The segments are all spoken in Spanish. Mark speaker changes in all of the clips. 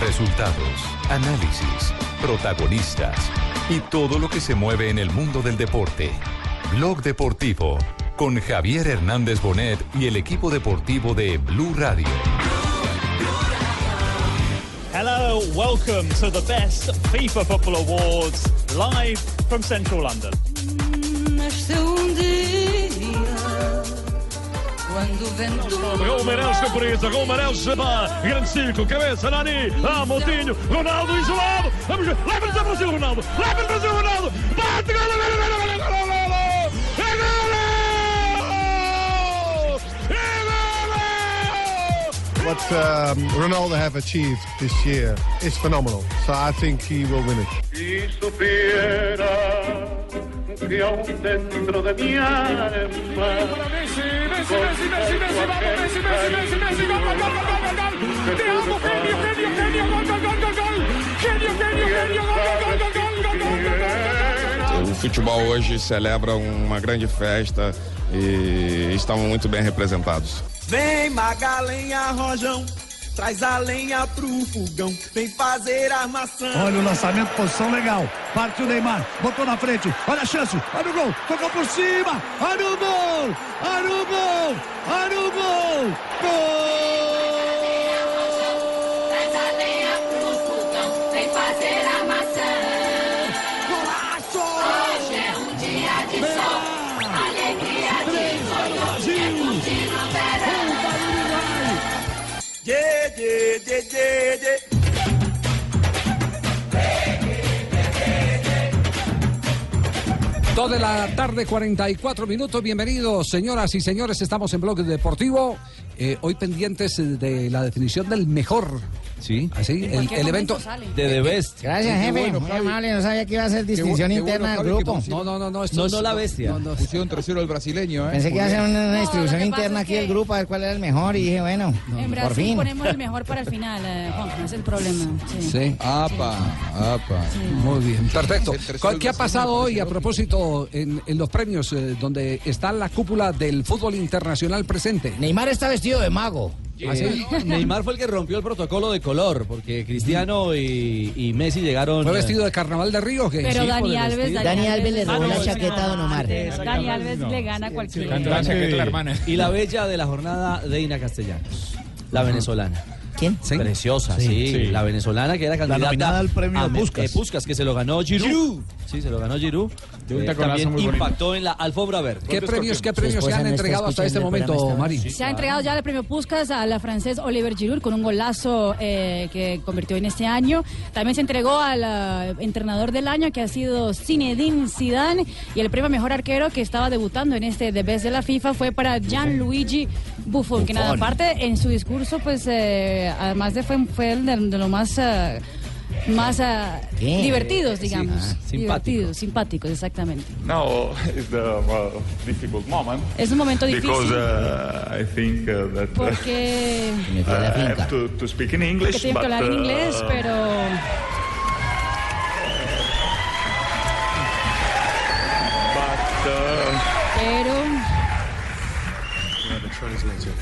Speaker 1: Resultados, análisis, protagonistas y todo lo que se mueve en el mundo del deporte. Blog Deportivo con Javier Hernández Bonet y el equipo deportivo de Blue Radio.
Speaker 2: Hello, welcome to the best FIFA Football Awards live from central London. Gol Meirelles Campurita, gol Meirelles Jabá, grande círculo, cabeça, Nani, ah, Montinho, Ronaldo, isolado, vamos, leva-nos a Brasil, Ronaldo, leva-nos a Brasil, Ronaldo, bate, gol, gol, gol, gol, gol, gol, gol, gol, é gol! É
Speaker 3: What um, Ronaldo have achieved this year is phenomenal. So I think he will win it.
Speaker 4: Si supiera que aún dentro de mi alma
Speaker 5: Para Messi, Messi, Messi, Messi, Messi, vamos, Messi, Messi, Messi, Messi, gol, gol, gol, gol, gol, gol. Te amo, genio, genio, genio, gol, gol, gol, gol, gol. Genio, genio, genio, gol, gol, gol, gol, gol, gol, gol, gol, gol, gol, gol.
Speaker 6: O futebol hoje celebra uma grande festa e estamos muito bem representados.
Speaker 7: Vem magalenha rojão, traz a lenha pro fogão, vem fazer armação.
Speaker 8: Olha o lançamento, posição legal. Partiu Neymar, botou na frente. Olha a chance, olha o gol, tocou por cima. Olha o gol, olha o gol, olha o gol. Gol!
Speaker 9: Traz a lenha pro fogão, vem fazer a maçã.
Speaker 8: Golaço!
Speaker 9: Hoje é um dia de sol, alegria
Speaker 8: Três,
Speaker 9: de sonho, é
Speaker 8: Brasil!
Speaker 9: contigo verão.
Speaker 8: Um para o Uruguai.
Speaker 7: Dê, dê, dê, dê, dê.
Speaker 10: Dos de la tarde, 44 minutos. Bienvenidos, señoras y señores. Estamos en Blog Deportivo. Eh, hoy pendientes eh, de la definición del mejor. Sí. Así, el, el evento. Eh,
Speaker 11: De The Best.
Speaker 12: Gracias,
Speaker 10: Sí, qué
Speaker 12: jefe.
Speaker 10: bueno,
Speaker 12: Muy
Speaker 10: Javi.
Speaker 12: amable, no sabía que iba a ser distinción
Speaker 11: bueno, qué bueno,
Speaker 12: interna
Speaker 11: Javi,
Speaker 12: del
Speaker 11: que
Speaker 12: grupo.
Speaker 11: pusieron-
Speaker 10: No, no, no, no. Esto
Speaker 11: No,
Speaker 10: es-
Speaker 11: no la bestia.
Speaker 10: no, no,
Speaker 11: Pusieron tercero al brasileño, ¿eh?
Speaker 12: Pensé que iba a ser una, una
Speaker 13: No, lo
Speaker 12: distribución
Speaker 13: que pasa
Speaker 12: interna
Speaker 13: es
Speaker 12: aquí del
Speaker 13: que-
Speaker 12: grupo, a ver cuál era el mejor, y dije, bueno,
Speaker 13: En
Speaker 12: por
Speaker 13: Brasil
Speaker 12: fin.
Speaker 13: ponemos el mejor para el final, eh, Juanjo, ese es el problema. Sí.
Speaker 10: Sí.
Speaker 11: Apa, apa.
Speaker 10: Muy bien, perfecto.
Speaker 11: El tercero
Speaker 10: ¿Cuál- ¿Qué ha
Speaker 11: del Barcelona,
Speaker 10: pasado hoy a
Speaker 11: tercero.
Speaker 10: propósito en, en los premios eh, donde está la cúpula del fútbol internacional presente?
Speaker 12: Neymar está vestido de mago.
Speaker 10: ¿Ah, sí?
Speaker 11: Eh, Neymar fue el que rompió el protocolo de color, porque Cristiano y, y Messi llegaron.
Speaker 10: ¿Fue
Speaker 11: eh,
Speaker 10: vestido de carnaval de Río? o qué?
Speaker 13: Pero
Speaker 11: Sí,
Speaker 13: Dani
Speaker 11: por el
Speaker 13: Alves,
Speaker 11: estilo.
Speaker 12: Dani Alves le robó
Speaker 13: Ah, no,
Speaker 12: la
Speaker 13: es
Speaker 12: chaqueta a Don Omar.
Speaker 13: antes, Dani Alves le gana a cualquiera.
Speaker 11: pues, Y la bella de la jornada, Deina Castellanos, la venezolana.
Speaker 12: ¿Quién?
Speaker 11: Preciosa, sí, La venezolana que era candidata
Speaker 14: nominada al premio
Speaker 11: a
Speaker 14: Puskas.
Speaker 11: eh, Puskas, que se lo ganó Giroud. Sí, se lo ganó Giroud.
Speaker 14: un
Speaker 11: Eh,
Speaker 14: taconazo
Speaker 11: también
Speaker 14: muy bonito.
Speaker 11: impactó en la alfombra verde.
Speaker 10: ¿Qué premios, qué
Speaker 12: Su
Speaker 10: premios se
Speaker 12: esposa
Speaker 10: han
Speaker 12: no está
Speaker 10: entregado hasta este
Speaker 12: escuchando el
Speaker 10: momento,
Speaker 12: programa,
Speaker 10: Mari?
Speaker 13: Se ha entregado ya el premio Puskas a la francés Oliver Giroud con un golazo eh, que convirtió en este año. También se entregó al ah, entrenador del año que ha sido Zinedine Zidane y el premio mejor arquero que estaba debutando en este The Best de la FIFA fue para Gianluigi Buffon, que nada aparte en su discurso pues eh, además de fue, fue el de, de lo más ah, más ah,
Speaker 12: ¿Qué?
Speaker 13: divertidos, digamos,
Speaker 11: Ah, simpático.
Speaker 13: divertidos, simpáticos, exactamente.
Speaker 15: Now is the well, difficult moment
Speaker 13: Es un momento difícil
Speaker 15: because uh, I think uh, that uh,
Speaker 13: porque
Speaker 12: Metió
Speaker 15: I
Speaker 12: la
Speaker 15: have
Speaker 12: finca.
Speaker 15: to, to speak in
Speaker 13: que
Speaker 15: Ah, English.
Speaker 13: tienen que
Speaker 15: but,
Speaker 13: hablar en
Speaker 15: uh,
Speaker 13: inglés, pero
Speaker 15: but, uh,
Speaker 13: pero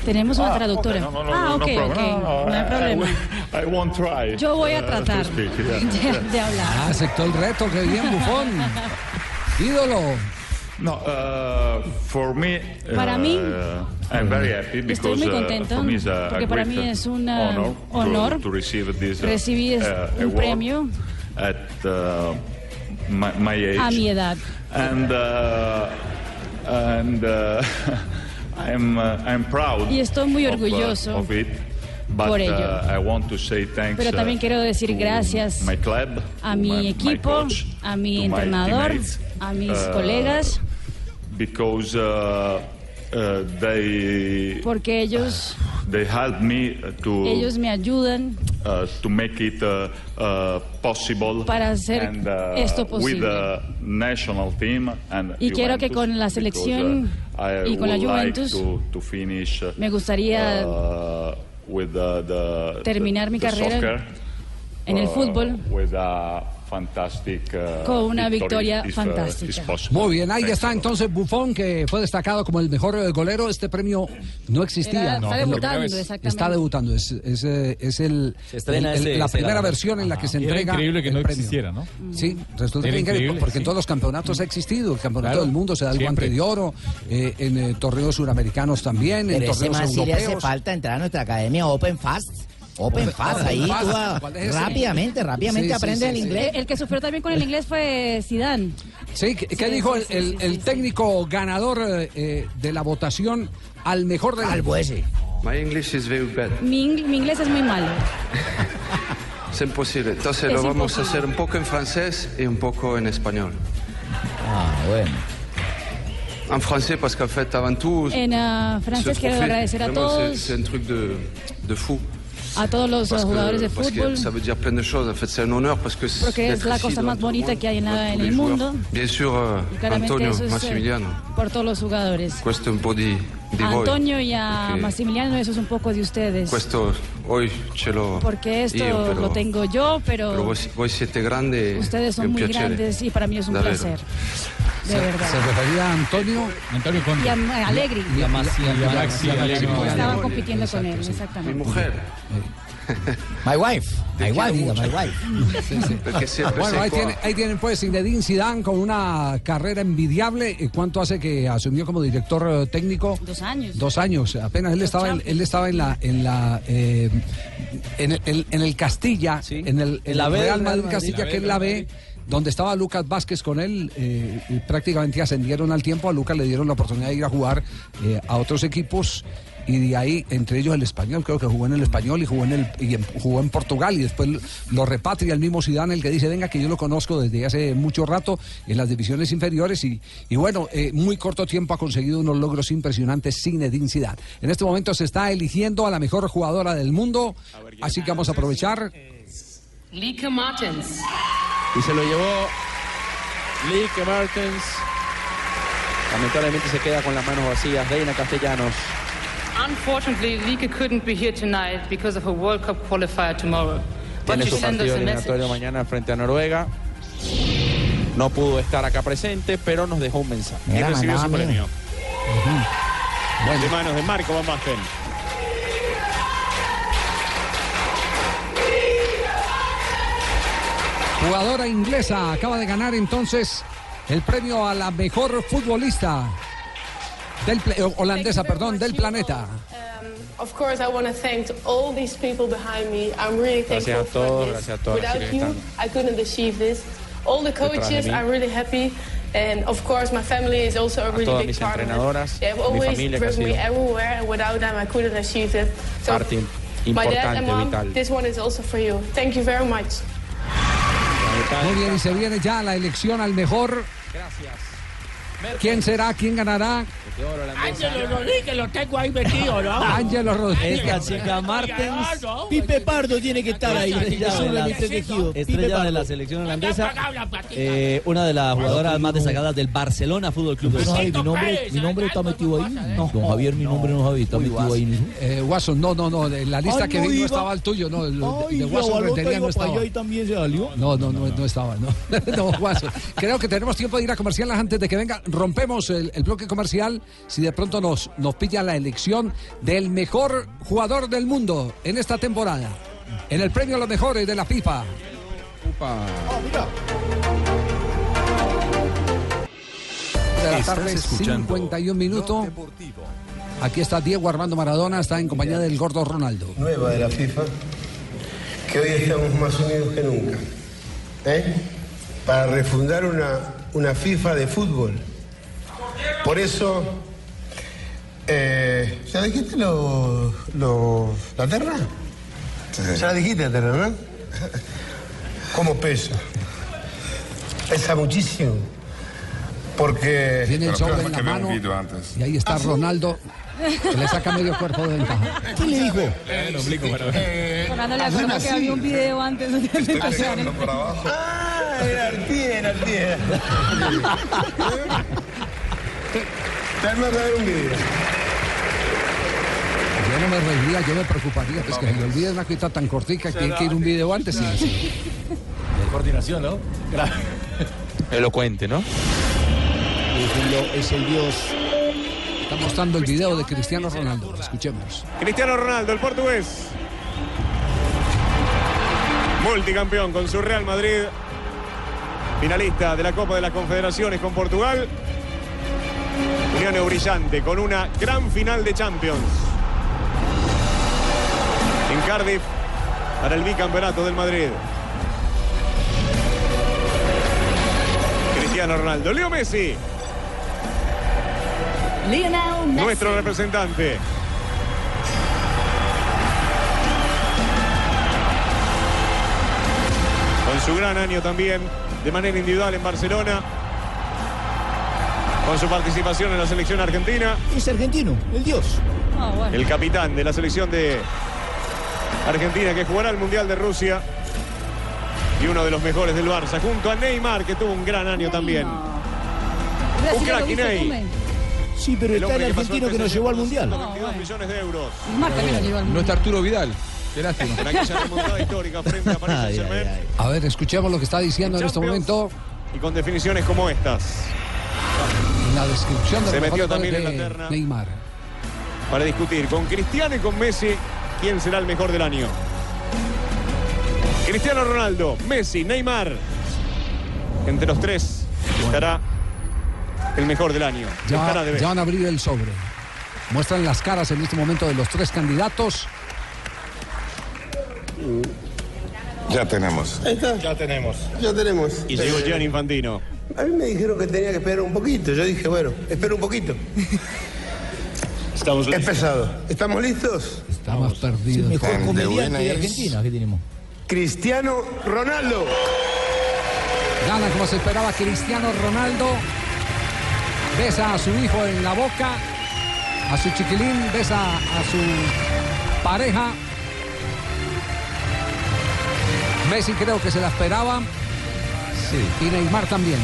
Speaker 13: tenemos una traductora.
Speaker 15: no, no, no,
Speaker 13: ah,
Speaker 15: no
Speaker 13: ok,
Speaker 15: problem.
Speaker 13: ok,
Speaker 15: No, no,
Speaker 13: no hay
Speaker 15: I-
Speaker 13: problema.
Speaker 15: I, will- I won't try.
Speaker 13: Yo voy
Speaker 15: uh,
Speaker 13: a
Speaker 15: to
Speaker 13: tratar
Speaker 15: speak, yeah.
Speaker 13: de, de hablar.
Speaker 10: Ah, aceptó el reto, qué bien, bufón. Ídolo.
Speaker 15: No, uh, for me,
Speaker 13: Para
Speaker 15: uh,
Speaker 13: mí,
Speaker 15: I'm very happy
Speaker 13: estoy
Speaker 15: because
Speaker 13: muy
Speaker 15: uh,
Speaker 13: contento,
Speaker 15: for me is a,
Speaker 13: porque
Speaker 15: a
Speaker 13: para
Speaker 15: great
Speaker 13: mí es un, uh,
Speaker 15: honor, to-
Speaker 13: honor
Speaker 15: to, receive this, uh,
Speaker 13: Recibí es-
Speaker 15: uh,
Speaker 13: un
Speaker 15: award
Speaker 13: premio
Speaker 15: at uh, my, my age.
Speaker 13: a mi edad.
Speaker 15: and uh, and uh, I'm uh, I'm proud.
Speaker 13: Y estoy muy
Speaker 15: of, uh,
Speaker 13: orgulloso
Speaker 15: of it. But,
Speaker 13: por ello.
Speaker 15: uh, I want to say thanks,
Speaker 13: Pero también
Speaker 15: uh,
Speaker 13: quiero decir
Speaker 15: to
Speaker 13: gracias
Speaker 15: my club,
Speaker 13: A
Speaker 15: to my-
Speaker 13: mi
Speaker 15: my
Speaker 13: equipo,
Speaker 15: coach,
Speaker 13: a
Speaker 15: to
Speaker 13: mi
Speaker 15: my
Speaker 13: entrenador,
Speaker 15: teammates,
Speaker 13: a mis
Speaker 15: uh,
Speaker 13: colegas,
Speaker 15: Because uh, uh, they
Speaker 13: porque ellos
Speaker 15: they helped me to
Speaker 13: Ellos me ayudan
Speaker 15: uh, to make it uh, uh, possible
Speaker 13: Para hacer
Speaker 15: and, uh,
Speaker 13: esto
Speaker 15: with
Speaker 13: posible.
Speaker 15: the national team and
Speaker 13: y quiero que
Speaker 15: Juventus,
Speaker 13: con la selección
Speaker 15: because, uh, I
Speaker 13: y con la
Speaker 15: would like
Speaker 13: Juventus
Speaker 15: to, to finish, uh,
Speaker 13: me gustaría
Speaker 15: uh, with the- the-
Speaker 13: terminar mi
Speaker 15: the
Speaker 13: carrera
Speaker 15: soccer,
Speaker 13: en el
Speaker 15: uh,
Speaker 13: fútbol.
Speaker 15: with a fantastic, uh,
Speaker 13: Con una
Speaker 15: victory,
Speaker 13: victoria
Speaker 15: if, uh, if
Speaker 13: fantástica.
Speaker 15: possible.
Speaker 10: Muy bien, ahí
Speaker 15: Thanks.
Speaker 10: está entonces Buffon, que fue destacado como el mejor eh, golero. Este premio no existía.
Speaker 13: Era- No, está
Speaker 10: Es lo-
Speaker 13: debutando, exactamente.
Speaker 10: Está debutando, es, es, eh, es el,
Speaker 11: Se estrena
Speaker 10: el- el-
Speaker 11: ese-
Speaker 10: la
Speaker 11: ese
Speaker 10: primera
Speaker 11: lado.
Speaker 10: versión en la que se
Speaker 11: Ajá. Era
Speaker 10: entrega.
Speaker 11: increíble que
Speaker 10: el
Speaker 11: no
Speaker 10: premio.
Speaker 11: existiera, ¿no?
Speaker 10: Sí, resulta
Speaker 11: Era
Speaker 10: increíble,
Speaker 11: increíble,
Speaker 10: porque en
Speaker 11: sí.
Speaker 10: todos los campeonatos ha existido. El campeonato
Speaker 11: Claro,
Speaker 10: del mundo se da el
Speaker 11: siempre.
Speaker 10: guante de oro, eh, en eh, torneos suramericanos también, en
Speaker 16: Pero ese
Speaker 10: torneos
Speaker 16: más sí le
Speaker 10: europeos.
Speaker 16: hace falta entrar a nuestra academia Open Fast. Open
Speaker 10: Open-
Speaker 16: Fast,
Speaker 10: Open
Speaker 16: ahí tú
Speaker 10: Fast.
Speaker 16: ah,
Speaker 10: ¿Cuál es ese?
Speaker 16: rápidamente, rápidamente
Speaker 10: Sí, sí,
Speaker 16: aprende
Speaker 10: sí,
Speaker 16: el
Speaker 10: sí.
Speaker 16: inglés.
Speaker 13: El, el que sufrió también con el inglés fue Zidane.
Speaker 10: Sí, ¿qué, qué
Speaker 13: Sí,
Speaker 10: dijo
Speaker 13: sí,
Speaker 10: el,
Speaker 13: sí,
Speaker 10: el-
Speaker 13: sí,
Speaker 10: el técnico ganador eh, eh, de la votación al mejor del
Speaker 2: Calvo ese. My English is very bad.
Speaker 13: Mi, ing- mi inglés es muy malo.
Speaker 2: Es imposible. Entonces
Speaker 13: Es
Speaker 2: lo vamos
Speaker 13: imposible.
Speaker 2: a hacer un poco en francés y un poco en español.
Speaker 16: Ah, bueno.
Speaker 2: En francés, parce qu'en fait, avant
Speaker 15: Pues,
Speaker 2: tout.
Speaker 13: En ah,
Speaker 2: ce
Speaker 13: francés quiero
Speaker 2: trophée,
Speaker 13: agradecer a
Speaker 2: vraiment, c'est-
Speaker 13: todos,
Speaker 2: C'est un truc de, de fou.
Speaker 13: a todos los ah,
Speaker 2: Parce que-
Speaker 13: jugadores de
Speaker 2: parce que
Speaker 13: fútbol,
Speaker 2: ça veut dire plein de choses. En fait, c'est un honneur parce que
Speaker 13: porque es
Speaker 2: d'être
Speaker 13: la
Speaker 2: ici
Speaker 13: cosa
Speaker 2: devant
Speaker 13: más
Speaker 2: tout le
Speaker 13: bonita
Speaker 2: monde,
Speaker 13: que hay en, la- en
Speaker 2: tous
Speaker 13: el
Speaker 2: les joueurs.
Speaker 13: mundo.
Speaker 2: Bien sûr, euh,
Speaker 13: Y claramente
Speaker 2: Antonio,
Speaker 13: eso es, eh,
Speaker 2: Massimiliano.
Speaker 13: por todos los jugadores.
Speaker 2: Questo è un po' di, di
Speaker 13: A
Speaker 2: voi.
Speaker 13: Antonio y a
Speaker 2: Porque
Speaker 13: Massimiliano, eso es un poco de ustedes.
Speaker 2: Questo hoy ce l'ho
Speaker 13: Porque esto
Speaker 2: io, però-
Speaker 13: lo tengo yo,
Speaker 2: Pero
Speaker 13: pero
Speaker 2: vos, eh, vos siete grande.
Speaker 13: ustedes
Speaker 2: es
Speaker 13: son
Speaker 2: un
Speaker 13: muy
Speaker 2: piacere.
Speaker 13: grandes y para mí es un
Speaker 2: Davvero.
Speaker 13: placer. De verdad.
Speaker 10: Se refería a Antonio. Antonio
Speaker 13: Y a Ma- Allegri.
Speaker 10: Y a Maxi-
Speaker 13: Y a
Speaker 10: Maxi Allegri.
Speaker 13: Porque Estaban
Speaker 10: Allegri.
Speaker 13: compitiendo con él,
Speaker 2: Mi
Speaker 13: exactamente.
Speaker 2: mujer.
Speaker 16: My wife. My wife, diga, my wife.
Speaker 2: Porque siempre
Speaker 10: Ah, Bueno,
Speaker 2: se
Speaker 10: ahí
Speaker 2: coa.
Speaker 10: tienen, ahí tienen, pues Zinedine Zidane con una carrera envidiable. Eh, ¿Cuánto hace que asumió como director eh, técnico?
Speaker 13: Dos años.
Speaker 10: Dos años. Apenas él estaba en, él estaba en la en la eh, en, el- en- en el Castilla, en el, en
Speaker 11: La
Speaker 10: el
Speaker 11: B del
Speaker 10: Real
Speaker 11: Real
Speaker 10: Madrid
Speaker 11: Madrid.
Speaker 10: Castilla
Speaker 11: La B
Speaker 10: que es
Speaker 11: del
Speaker 10: la
Speaker 11: Real
Speaker 10: B. Donde estaba Lucas Vázquez con él, eh, y prácticamente ascendieron al tiempo. A Lucas le dieron la oportunidad de ir a jugar eh, a otros equipos y de ahí, entre ellos el español, creo que jugó en el español y jugó en, el, y en- jugó en Portugal y después lo- lo repatria el mismo Zidane, el que dice, venga, que yo lo conozco desde hace mucho rato en las divisiones inferiores y, y bueno, eh, muy corto tiempo ha conseguido unos logros impresionantes sin Zidane. En este momento se está eligiendo a la mejor jugadora del mundo, así que vamos a aprovechar.
Speaker 17: Lika Martens.
Speaker 18: Y se lo llevó Lick Martens. Lamentablemente se queda con las manos vacías. Reina Castellanos.
Speaker 17: Unfortunately, Lika couldn't be here tonight because of her World Cup qualifier tomorrow. But
Speaker 18: Tiene
Speaker 17: she
Speaker 18: su
Speaker 17: sent
Speaker 18: partido
Speaker 17: us a message.
Speaker 18: eliminatorio mañana frente a Noruega. No pudo estar acá presente, pero nos dejó un mensaje.
Speaker 16: Mira,
Speaker 8: Ah,
Speaker 16: mandaba a mí.
Speaker 18: De manos de Marco Van Basten.
Speaker 10: Jugadora inglesa acaba de ganar entonces el premio a la mejor futbolista del pla- eh, holandesa, perdón, del planeta.
Speaker 19: Of course, I want to thank all these people behind me. I'm really
Speaker 18: Gracias
Speaker 19: thankful
Speaker 18: a todos,
Speaker 19: for
Speaker 18: gracias a
Speaker 19: this.
Speaker 18: todas las que
Speaker 19: Without you,
Speaker 18: están.
Speaker 19: I couldn't achieve this. All the
Speaker 18: Detrás de
Speaker 19: coaches,
Speaker 18: mí.
Speaker 19: I'm really happy. And of course, my family is also a
Speaker 18: todas
Speaker 19: really big
Speaker 18: mis
Speaker 19: part of
Speaker 18: entrenadoras,
Speaker 19: it. They have
Speaker 18: mi
Speaker 19: always
Speaker 18: familia que ha
Speaker 19: driven me
Speaker 18: sido
Speaker 19: everywhere, and without them, I couldn't achieve it. So,
Speaker 18: Parte
Speaker 19: my dad
Speaker 18: importante,
Speaker 19: and mom,
Speaker 18: vital.
Speaker 19: this one is also for you. Thank you very much.
Speaker 10: Muy bien, y se viene ya la elección al mejor.
Speaker 18: Gracias.
Speaker 10: ¿Quién será? ¿Quién ganará?
Speaker 20: Ángelo Rodríguez lo tengo ahí metido, ¿no?
Speaker 10: Ángelo Rodríguez.
Speaker 20: Esta
Speaker 11: chica Martens.
Speaker 20: Pipe Pardo tiene que estar ahí.
Speaker 11: Estrella de la- estrella de la selección holandesa. Eh, una de las jugadoras más destacadas del Barcelona Fútbol Club.
Speaker 12: Usted sabe, mi nombre, mi nombre está metido ahí. No, don Javier, mi nombre no Javier, está metido ahí. ¿no?
Speaker 10: Eh, Watson, no, no, no, de la lista
Speaker 12: Ay,
Speaker 10: que
Speaker 12: no
Speaker 10: vi no
Speaker 12: iba.
Speaker 10: estaba el tuyo, no, el
Speaker 12: Ay,
Speaker 10: de
Speaker 12: la
Speaker 10: Watson
Speaker 12: balota
Speaker 10: Rentería
Speaker 12: iba
Speaker 10: no
Speaker 12: para
Speaker 10: estaba.
Speaker 12: allá y también se salió.
Speaker 10: No, no, no, no estaba, no. No, Watson. Creo que tenemos tiempo de ir a comerciales antes de que venga. Rompemos el, el bloque comercial si de pronto nos, nos pilla la elección del mejor jugador del mundo en esta temporada. En el premio a los mejores de la FIFA. De la
Speaker 21: Estás
Speaker 10: tarde,
Speaker 21: escuchando
Speaker 10: 51 minutos. Aquí está Diego Armando Maradona, está en compañía del gordo Ronaldo.
Speaker 22: nueva de la FIFA, que hoy estamos más unidos que nunca, ¿eh? para refundar una, una FIFA de fútbol. Por eso, eh, ¿ya dijiste lo, lo- la terna? Ya la dijiste la terna, ¿no? ¿Cómo pesa? Pesa muchísimo. Porque...
Speaker 12: Eh,
Speaker 23: ¿Ah,
Speaker 10: Tiene el show en la mano. Y ahí está Ronaldo. Que le saca medio cuerpo de ventaja.
Speaker 23: ¿Qué le dijo?
Speaker 10: El ombligo,
Speaker 12: eh,
Speaker 13: Fernando le
Speaker 23: hacen
Speaker 13: acuerdo que
Speaker 23: así.
Speaker 13: había un video antes de empezar. ¿eh?
Speaker 23: Ah, era Artieda, era Artieda.
Speaker 22: Te arma a ver un video.
Speaker 10: Yo no me reiría, yo me preocuparía. Es que se le olvida una cuita tan cortica que tiene que ir un video antes. y-
Speaker 8: Coordinación, ¿no?
Speaker 24: Elocuente, ¿no?
Speaker 10: Es el Dios. Está mostrando el video de Cristiano Ronaldo. Escuchemos.
Speaker 25: Cristiano Ronaldo, el portugués. Multicampeón con su Real Madrid. Finalista de la Copa de las Confederaciones con Portugal. Unión brillante con una gran final de Champions. En Cardiff para el bicampeonato del Madrid. Cristiano Ronaldo. Leo Messi,
Speaker 26: Lionel
Speaker 25: nuestro representante. con su gran año también de manera individual en Barcelona, con su participación en la selección argentina,
Speaker 8: Es argentino, el dios.
Speaker 13: Ah, bueno.
Speaker 25: el capitán de la selección de Argentina que jugará el Mundial de Rusia y uno de los mejores del Barça, junto a Neymar que tuvo un gran año también. Un crack, Ney.
Speaker 8: Sí, pero
Speaker 25: El
Speaker 8: está el
Speaker 25: hombre que pasó
Speaker 8: argentino
Speaker 25: el
Speaker 8: que nos
Speaker 25: PSG
Speaker 8: llevó al mundial.
Speaker 25: 22 millones de euros.
Speaker 6: No está Arturo Vidal. Qué lástima.
Speaker 25: En aquella remontada histórica frente a Paris Saint-Germain.
Speaker 10: A ver, escuchemos lo que está diciendo en este momento.
Speaker 25: Y con definiciones como estas.
Speaker 10: La descripción de
Speaker 25: Se
Speaker 10: los
Speaker 25: metió
Speaker 10: mejores
Speaker 25: también en la
Speaker 10: goles de
Speaker 25: terna.
Speaker 10: Neymar.
Speaker 25: para discutir con Cristiano y con Messi quién será el mejor del año. Cristiano Ronaldo, Messi, Neymar. Entre los tres estará el mejor del año. estará de
Speaker 10: Ya,
Speaker 25: ver.
Speaker 10: ya van a abrir el sobre. Muestran las caras en este momento de los tres candidatos.
Speaker 22: Ya tenemos. Ya tenemos. Ya tenemos.
Speaker 25: Y llegó Gian Infantino.
Speaker 22: A mí me dijeron que tenía que esperar un poquito. Yo dije, bueno, espero un poquito.
Speaker 25: Estamos
Speaker 22: Es pesado. ¿Estamos listos?
Speaker 10: Estamos perdidos.
Speaker 22: mejor Tan de comediante buena
Speaker 8: de
Speaker 22: es.
Speaker 8: Argentina que tenemos.
Speaker 22: Cristiano Ronaldo.
Speaker 10: Gana como se esperaba Cristiano Ronaldo. Besa a su hijo en la boca, a su chiquilín, besa a su pareja. Messi creo que se la esperaba. Sí. Y Neymar también.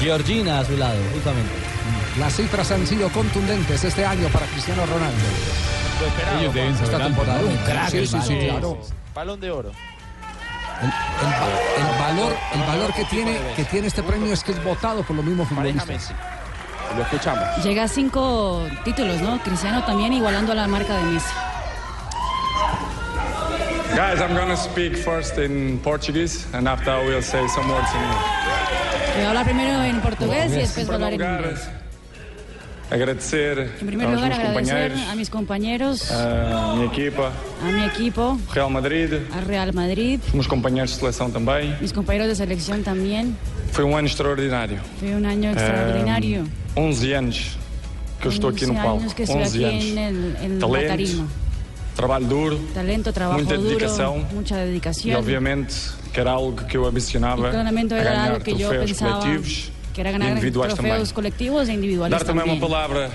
Speaker 27: Georgina a su lado, justamente.
Speaker 10: Las cifras han sido contundentes este año para Cristiano Ronaldo.
Speaker 6: Ellos deben saber
Speaker 10: Esta
Speaker 6: algo,
Speaker 10: temporada.
Speaker 6: ¿no?
Speaker 10: Un crack, Sí, sí, sí,
Speaker 6: hermano.
Speaker 10: claro.
Speaker 24: Balón de oro.
Speaker 10: El, va- el valor, el valor que tiene, que tiene este premio es que es votado por los mismos futbolistas.
Speaker 24: Lo escuchamos.
Speaker 13: Llega a cinco títulos, ¿no? Cristiano también igualando a la marca de Messi.
Speaker 6: Guys, I'm gonna speak first in Portuguese and after I will say some words in English.
Speaker 13: Eh, Voy a hablar primero en portugués y después voy a hablar en inglés.
Speaker 6: Agradecer
Speaker 13: En primer
Speaker 6: aos
Speaker 13: lugar,
Speaker 6: meus
Speaker 13: agradecer
Speaker 6: companheiros,
Speaker 13: a mis compañeros,
Speaker 6: a minha equipa,
Speaker 13: a mi equipo,
Speaker 6: Real Madrid,
Speaker 13: a Real Madrid,
Speaker 6: os meus companheiros de seleção também.
Speaker 13: mis compañeros de selección también.
Speaker 6: Foi um ano extraordinário.
Speaker 13: Fue un año extraordinario.
Speaker 6: Ah, 11 anos Eh, que eu estou aqui no
Speaker 13: 11
Speaker 6: palco.
Speaker 13: años que estoy
Speaker 6: 11
Speaker 13: aquí
Speaker 6: años.
Speaker 13: en, el, en la
Speaker 6: Talento,
Speaker 13: tarima.
Speaker 6: trabalho duro
Speaker 13: Talento, trabajo
Speaker 6: muita
Speaker 13: duro,
Speaker 6: dedicação.
Speaker 13: mucha
Speaker 6: e,
Speaker 13: dedicación.
Speaker 6: obviamente, que era algo que eu ambicionava.
Speaker 13: Y claramente
Speaker 6: a
Speaker 13: era
Speaker 6: ganhar
Speaker 13: algo que yo
Speaker 6: troféus
Speaker 13: pensaba
Speaker 6: coletivos
Speaker 13: que era
Speaker 6: e
Speaker 13: ganar
Speaker 6: individuais
Speaker 13: trofeos
Speaker 6: também.
Speaker 13: colectivos e individuales
Speaker 6: Dar também uma
Speaker 13: también.
Speaker 6: palavra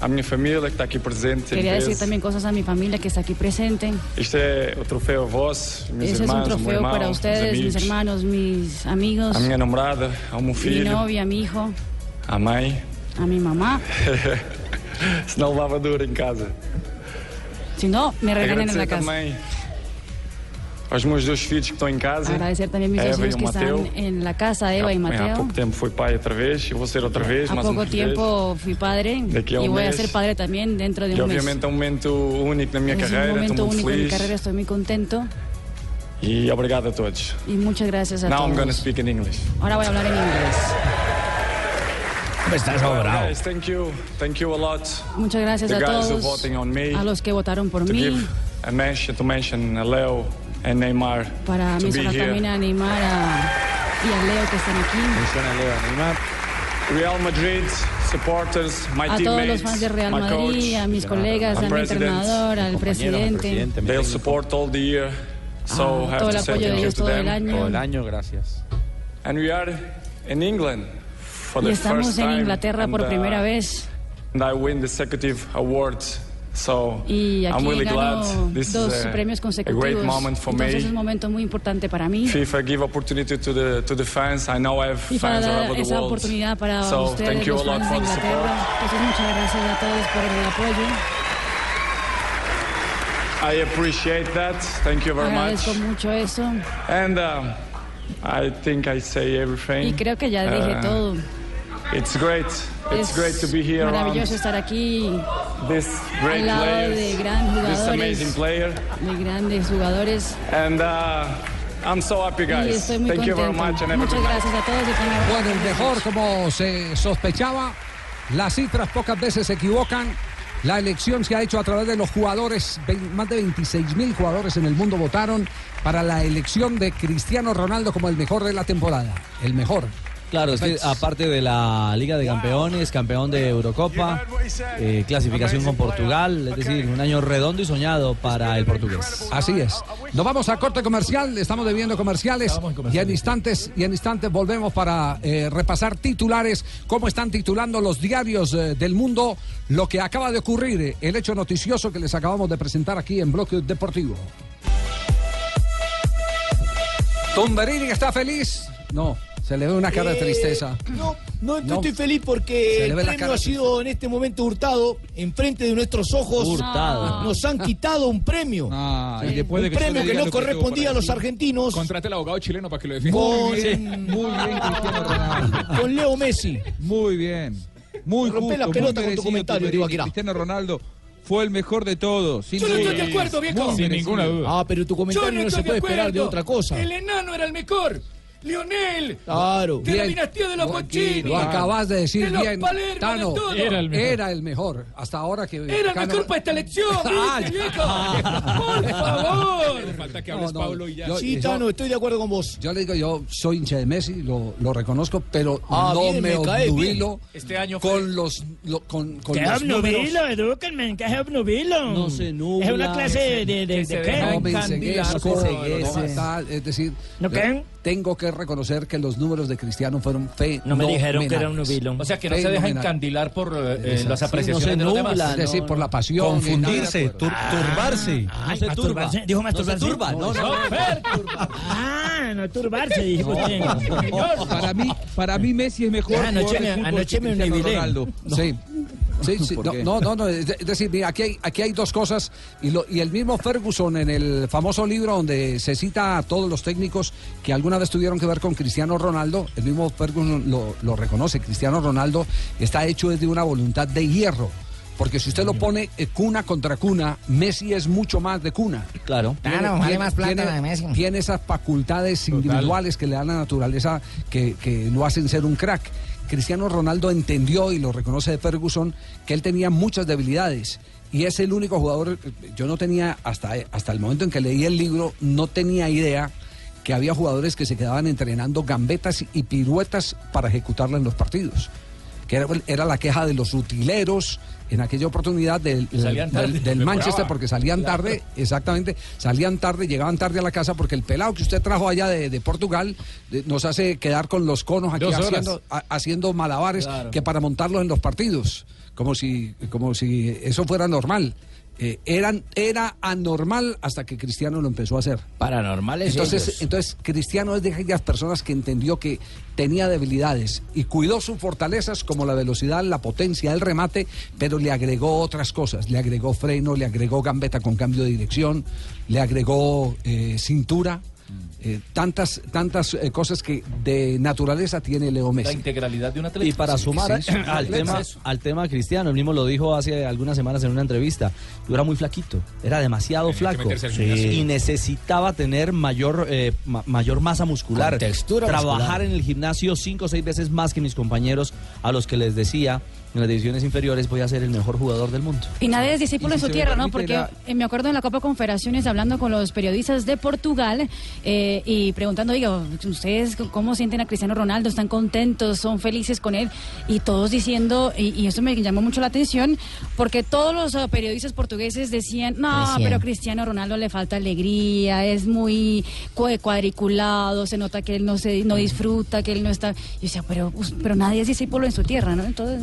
Speaker 6: à minha família que está aqui presente. em
Speaker 13: Quería
Speaker 6: peso.
Speaker 13: decir también cosas a mi familia que está aquí presente.
Speaker 6: Isto é o troféu a vós, meus
Speaker 13: Ese es un
Speaker 6: irmãos, meu
Speaker 13: trofeo
Speaker 6: irmão,
Speaker 13: um para
Speaker 6: meus
Speaker 13: ustedes, mis
Speaker 6: amigos,
Speaker 13: hermanos, mis amigos,
Speaker 6: à minha namorada, ao meu
Speaker 13: mi
Speaker 6: filho,
Speaker 13: novia, mi hijo,
Speaker 6: à mãe.
Speaker 13: a mi mamá.
Speaker 6: Senão levava duro em casa.
Speaker 13: Si no, me regañan en
Speaker 6: Agradecer
Speaker 13: la casa.
Speaker 6: também aos meus dois filhos que estão em casa.
Speaker 13: Agradecer también a mis
Speaker 6: a
Speaker 13: dos
Speaker 6: Eva e
Speaker 13: hijos
Speaker 6: o
Speaker 13: que
Speaker 6: Mateu.
Speaker 13: están en la casa, Eva y
Speaker 6: Bem, Há
Speaker 13: Mateo.
Speaker 6: pouco tempo fui pai outra vez, eu vou ser outra vez,
Speaker 13: A
Speaker 6: mais uma
Speaker 13: poco
Speaker 6: vez.
Speaker 13: tiempo fui padre
Speaker 6: De aquí a
Speaker 13: y
Speaker 6: un
Speaker 13: voy a
Speaker 6: mes.
Speaker 13: ser padre también dentro de
Speaker 6: E
Speaker 13: un mes.
Speaker 6: obviamente é um momento único na minha
Speaker 13: Es un
Speaker 6: carreira,
Speaker 13: é um momento
Speaker 6: estou muito
Speaker 13: único en mi
Speaker 6: feliz.
Speaker 13: carrera, estoy muy contento
Speaker 6: E obrigado a todos.
Speaker 13: y muchas gracias a
Speaker 6: Now I'm gonna
Speaker 13: todos.
Speaker 6: speak in English.
Speaker 13: Ahora voy a hablar en inglés.
Speaker 6: estás Guys, thank you, thank you a lot.
Speaker 13: Muchas gracias
Speaker 6: the
Speaker 13: a
Speaker 6: guys
Speaker 13: todos,
Speaker 6: who voting on me,
Speaker 13: a los que votaron por
Speaker 6: to
Speaker 13: mí,
Speaker 6: give a mention, to mention a Leo and Neymar
Speaker 13: para
Speaker 6: to be
Speaker 13: mencionar
Speaker 6: here.
Speaker 13: también a Neymar a- y a Leo que están aquí,
Speaker 6: Menciona a Leo, a Neymar. Real Madrid supporters, my
Speaker 13: a todos los
Speaker 6: teammates,
Speaker 13: fans de Real
Speaker 6: my
Speaker 13: Madrid,
Speaker 6: coach, uh,
Speaker 13: a mis colegas,
Speaker 6: my
Speaker 13: a mi
Speaker 6: president,
Speaker 13: entrenador, al presidente.
Speaker 6: They'll support all the year, so
Speaker 13: Ah,
Speaker 6: have
Speaker 13: todo
Speaker 6: to
Speaker 13: el
Speaker 6: say
Speaker 13: apoyo de
Speaker 6: thank you
Speaker 13: ellos
Speaker 6: to
Speaker 13: todo el
Speaker 6: them.
Speaker 13: año. Todo el
Speaker 24: año, gracias.
Speaker 6: And we are in England for
Speaker 13: Y
Speaker 6: the
Speaker 13: estamos
Speaker 6: first
Speaker 13: en
Speaker 6: time,
Speaker 13: Inglaterra
Speaker 6: and,
Speaker 13: por
Speaker 6: uh,
Speaker 13: primera vez.
Speaker 6: And I win the executive awards. So
Speaker 13: Y
Speaker 6: I'm
Speaker 13: aquí
Speaker 6: really
Speaker 13: ganó
Speaker 6: glad. This
Speaker 13: dos
Speaker 6: is a,
Speaker 13: premios
Speaker 6: a
Speaker 13: consecutivos.
Speaker 6: great moment for
Speaker 13: Entonces es un
Speaker 6: me.
Speaker 13: momento muy importante para mí.
Speaker 6: FIFA give opportunity to the to the fans. I know I have
Speaker 13: Y para
Speaker 6: fans all
Speaker 13: dar
Speaker 6: over the
Speaker 13: esa
Speaker 6: world.
Speaker 13: oportunidad para
Speaker 6: So
Speaker 13: ustedes,
Speaker 6: thank you a
Speaker 13: los
Speaker 6: lot
Speaker 13: fans de
Speaker 6: for the support.
Speaker 13: Inglaterra. Entonces, muchas gracias a todos por el apoyo.
Speaker 6: I appreciate that. Thank you very much.
Speaker 13: Agradezco mucho eso.
Speaker 6: And um, I think I say everything.
Speaker 13: Y creo que ya dije
Speaker 6: Uh,
Speaker 13: todo.
Speaker 6: It's great. It's
Speaker 13: Es
Speaker 6: great to be here around
Speaker 13: maravilloso estar aquí
Speaker 6: this great
Speaker 13: al lado de
Speaker 6: players,
Speaker 13: gran
Speaker 6: this amazing
Speaker 13: jugadores,
Speaker 6: player.
Speaker 13: de grandes jugadores.
Speaker 6: And uh, I'm so happy,
Speaker 13: Y
Speaker 6: guys.
Speaker 13: estoy muy
Speaker 6: Thank you very much
Speaker 13: contento.
Speaker 6: and have a
Speaker 13: Muchas
Speaker 6: good night.
Speaker 13: gracias a todos. y tengan-
Speaker 10: Bueno, el mejor, como se sospechaba, las cifras pocas veces se equivocan. La elección se ha hecho a través de los jugadores, Ve- más de 26 mil jugadores en el mundo votaron para la elección de Cristiano Ronaldo como el mejor de la temporada. El mejor.
Speaker 11: Claro, es que aparte de la Liga de Campeones, campeón de Eurocopa, eh, clasificación con Portugal, es decir, un año redondo y soñado para el portugués.
Speaker 10: Así es. Nos vamos a corte comercial, estamos debiendo comerciales, y en instantes y en instantes volvemos para eh, repasar titulares, cómo están titulando los diarios eh, del mundo lo que acaba de ocurrir, eh, el hecho noticioso que les acabamos de presentar aquí en Bloque Deportivo. Tumberini está feliz. No, se le ve una cara de
Speaker 8: Eh,
Speaker 10: tristeza.
Speaker 8: No, no,
Speaker 10: No.
Speaker 8: estoy feliz
Speaker 10: Se
Speaker 8: porque
Speaker 10: le
Speaker 8: el
Speaker 10: ve la
Speaker 8: premio
Speaker 10: cara.
Speaker 8: ha sido en este momento hurtado, enfrente de nuestros ojos. Ah.
Speaker 28: Hurtado. Ah,
Speaker 8: Nos han quitado un premio.
Speaker 28: y después de
Speaker 8: un
Speaker 28: que usted
Speaker 8: premio que
Speaker 28: diga
Speaker 8: no
Speaker 28: lo que tuvo
Speaker 8: correspondía
Speaker 28: para
Speaker 8: a los
Speaker 28: decir.
Speaker 8: argentinos.
Speaker 28: Contrate al abogado chileno para que lo defienda.
Speaker 8: Con,
Speaker 28: Con
Speaker 8: Leo Messi.
Speaker 28: Muy bien. Muy
Speaker 8: Rompe
Speaker 28: justo,
Speaker 8: la pelota
Speaker 28: muy
Speaker 8: con tu
Speaker 28: merecido,
Speaker 8: comentario,
Speaker 28: Tumberini.
Speaker 8: Tibaquirá.
Speaker 28: Cristiano Ronaldo fue el mejor de todos. sin
Speaker 8: Yo no estoy
Speaker 28: duda.
Speaker 8: de acuerdo, viejo.
Speaker 28: Muy
Speaker 8: Sin
Speaker 28: merecido.
Speaker 8: ninguna duda. Ah, pero tu comentario no se
Speaker 28: estoy de
Speaker 8: puede esperar de
Speaker 28: acuerdo.
Speaker 8: otra cosa. Ah.
Speaker 28: El-
Speaker 29: enano era el mejor. Leonel.
Speaker 8: Claro.
Speaker 29: De la dinastía de los Bochini.
Speaker 10: Lo acabas de decir
Speaker 29: De los
Speaker 10: bien,
Speaker 29: Palermo, de
Speaker 10: Tano.
Speaker 29: todo.
Speaker 10: Era el, mejor. Hasta ahora que.
Speaker 29: Era el mejor para esta elección,
Speaker 10: Ah,
Speaker 29: ¿viste, viejo?
Speaker 8: Ah.
Speaker 29: Por favor. Falta que
Speaker 10: hables, No, no, Pablo, y ya. yo- yo-
Speaker 8: Chitano, estoy de acuerdo con vos.
Speaker 10: Yo le digo, yo soy hincha de Messi, lo, lo reconozco, pero
Speaker 8: Ah,
Speaker 10: no
Speaker 8: bien,
Speaker 10: me
Speaker 8: me cae bien. Este
Speaker 10: obnubilo con los, lo- con, con
Speaker 8: Te
Speaker 10: los números.
Speaker 8: obnubilo,
Speaker 29: edúquenme, ¿qué es obnubilo?
Speaker 8: No se nubla.
Speaker 29: Es una clase de- de- de- de qué?
Speaker 10: No me enseguezco,
Speaker 29: No se enseguece.
Speaker 10: no, tal, es decir,
Speaker 29: ¿No
Speaker 10: le-
Speaker 29: creen?
Speaker 10: tengo que reconocer que los números de Cristiano fueron fe.
Speaker 24: No me dijeron que era un nubilo. O sea, que no se deja encandilar por eh, eh, las apreciaciones de los demás.
Speaker 10: Es decir, por la pasión.
Speaker 24: Confundirse,
Speaker 10: nada, por-
Speaker 24: turbarse.
Speaker 29: Ay, masturbarse. Dijo masturbarse.
Speaker 10: Ah, no, no.
Speaker 29: Fer, turba. Ah, no turbarse, dijo usted.
Speaker 28: Para
Speaker 10: Ah.
Speaker 28: mí, para mí Messi es mejor.
Speaker 24: Ah,
Speaker 29: Ya, anoche
Speaker 28: jugador
Speaker 29: me-
Speaker 28: del fútbol
Speaker 29: anoche
Speaker 28: que
Speaker 29: me
Speaker 28: Cristiano
Speaker 29: unibilé.
Speaker 28: Ronaldo.
Speaker 10: Sí. Sí, sí,
Speaker 28: ¿Por
Speaker 10: no,
Speaker 28: qué?
Speaker 10: no, no, no, es de- es decir, mira, aquí hay, aquí hay dos cosas y, lo- y el mismo Ferguson en el famoso libro donde se cita a todos los técnicos que alguna vez tuvieron que ver con Cristiano Ronaldo, el mismo Ferguson lo, lo reconoce, Cristiano Ronaldo está hecho desde una voluntad de hierro, porque si usted
Speaker 24: Mm.
Speaker 10: lo pone eh, cuna contra cuna, Messi es mucho más de cuna.
Speaker 11: Claro.
Speaker 10: Tiene-
Speaker 12: Ah, vale
Speaker 10: tiene-
Speaker 12: más plata la de Messi.
Speaker 10: Tiene esas facultades individuales que le dan la naturaleza que, que lo hacen ser un crack. Cristiano Ronaldo entendió y lo reconoce de Ferguson que él tenía muchas debilidades y es el único jugador, yo no tenía, hasta, hasta el momento en que leí el libro, no tenía idea que había jugadores que se quedaban entrenando gambetas y piruetas para ejecutarla en los partidos que era, era la queja de los utileros en aquella oportunidad del,
Speaker 24: Salían
Speaker 10: del- del-
Speaker 24: tarde,
Speaker 10: del
Speaker 24: me
Speaker 10: Manchester,
Speaker 24: brava.
Speaker 10: porque salían tarde, exactamente, salían tarde, llegaban tarde a la casa, porque el pelado que usted trajo allá de, de Portugal de- nos hace quedar con los conos aquí
Speaker 24: Dos horas.
Speaker 10: haciendo, ha- haciendo malabares
Speaker 24: Claro.
Speaker 10: que para montarlos en los partidos, como si, como si eso fuera normal. Eh, eran, era anormal hasta que Cristiano lo empezó a hacer.
Speaker 12: Paranormales
Speaker 10: Entonces,
Speaker 12: ellos.
Speaker 10: entonces, Cristiano es de aquellas personas que entendió que tenía debilidades y cuidó sus fortalezas como la velocidad, la potencia, el remate, pero le agregó otras cosas. Le agregó freno, le agregó gambeta con cambio de dirección, le agregó eh, cintura. eh, tantas tantas eh, cosas que de naturaleza tiene Leo
Speaker 24: La
Speaker 10: Messi.
Speaker 24: integralidad de un atleta.
Speaker 11: Y para sumar al, tema, al tema cristiano, él mismo lo dijo hace algunas semanas en una entrevista, yo era muy flaquito, era demasiado flaco
Speaker 12: meterse al
Speaker 11: Sí.
Speaker 12: gimnasio.
Speaker 11: y necesitaba tener mayor, eh, ma- mayor masa muscular,
Speaker 12: Con textura
Speaker 11: trabajar
Speaker 12: muscular.
Speaker 11: en el gimnasio cinco o seis veces más que mis compañeros a los que les decía en las divisiones inferiores voy a ser el mejor jugador del mundo.
Speaker 13: Y nadie es discípulo
Speaker 11: Y
Speaker 13: en
Speaker 11: si
Speaker 13: su
Speaker 11: se me
Speaker 13: tierra, ¿no?
Speaker 11: permite
Speaker 13: Porque
Speaker 11: la-
Speaker 13: eh, me acuerdo en la Copa Confederaciones hablando con los periodistas de Portugal eh, y preguntando, digo, ¿ustedes c- cómo sienten a Cristiano Ronaldo? ¿Están contentos? ¿Son felices con él? Y todos diciendo, y, y eso me llamó mucho la atención, porque todos los eh, periodistas portugueses decían, no,
Speaker 30: Decían.
Speaker 13: pero Cristiano Ronaldo le falta alegría, es muy cu- cuadriculado, se nota que él no, se, no disfruta, que él no está... Y yo decía, pero, us- pero nadie es discípulo en su tierra, ¿no? Entonces...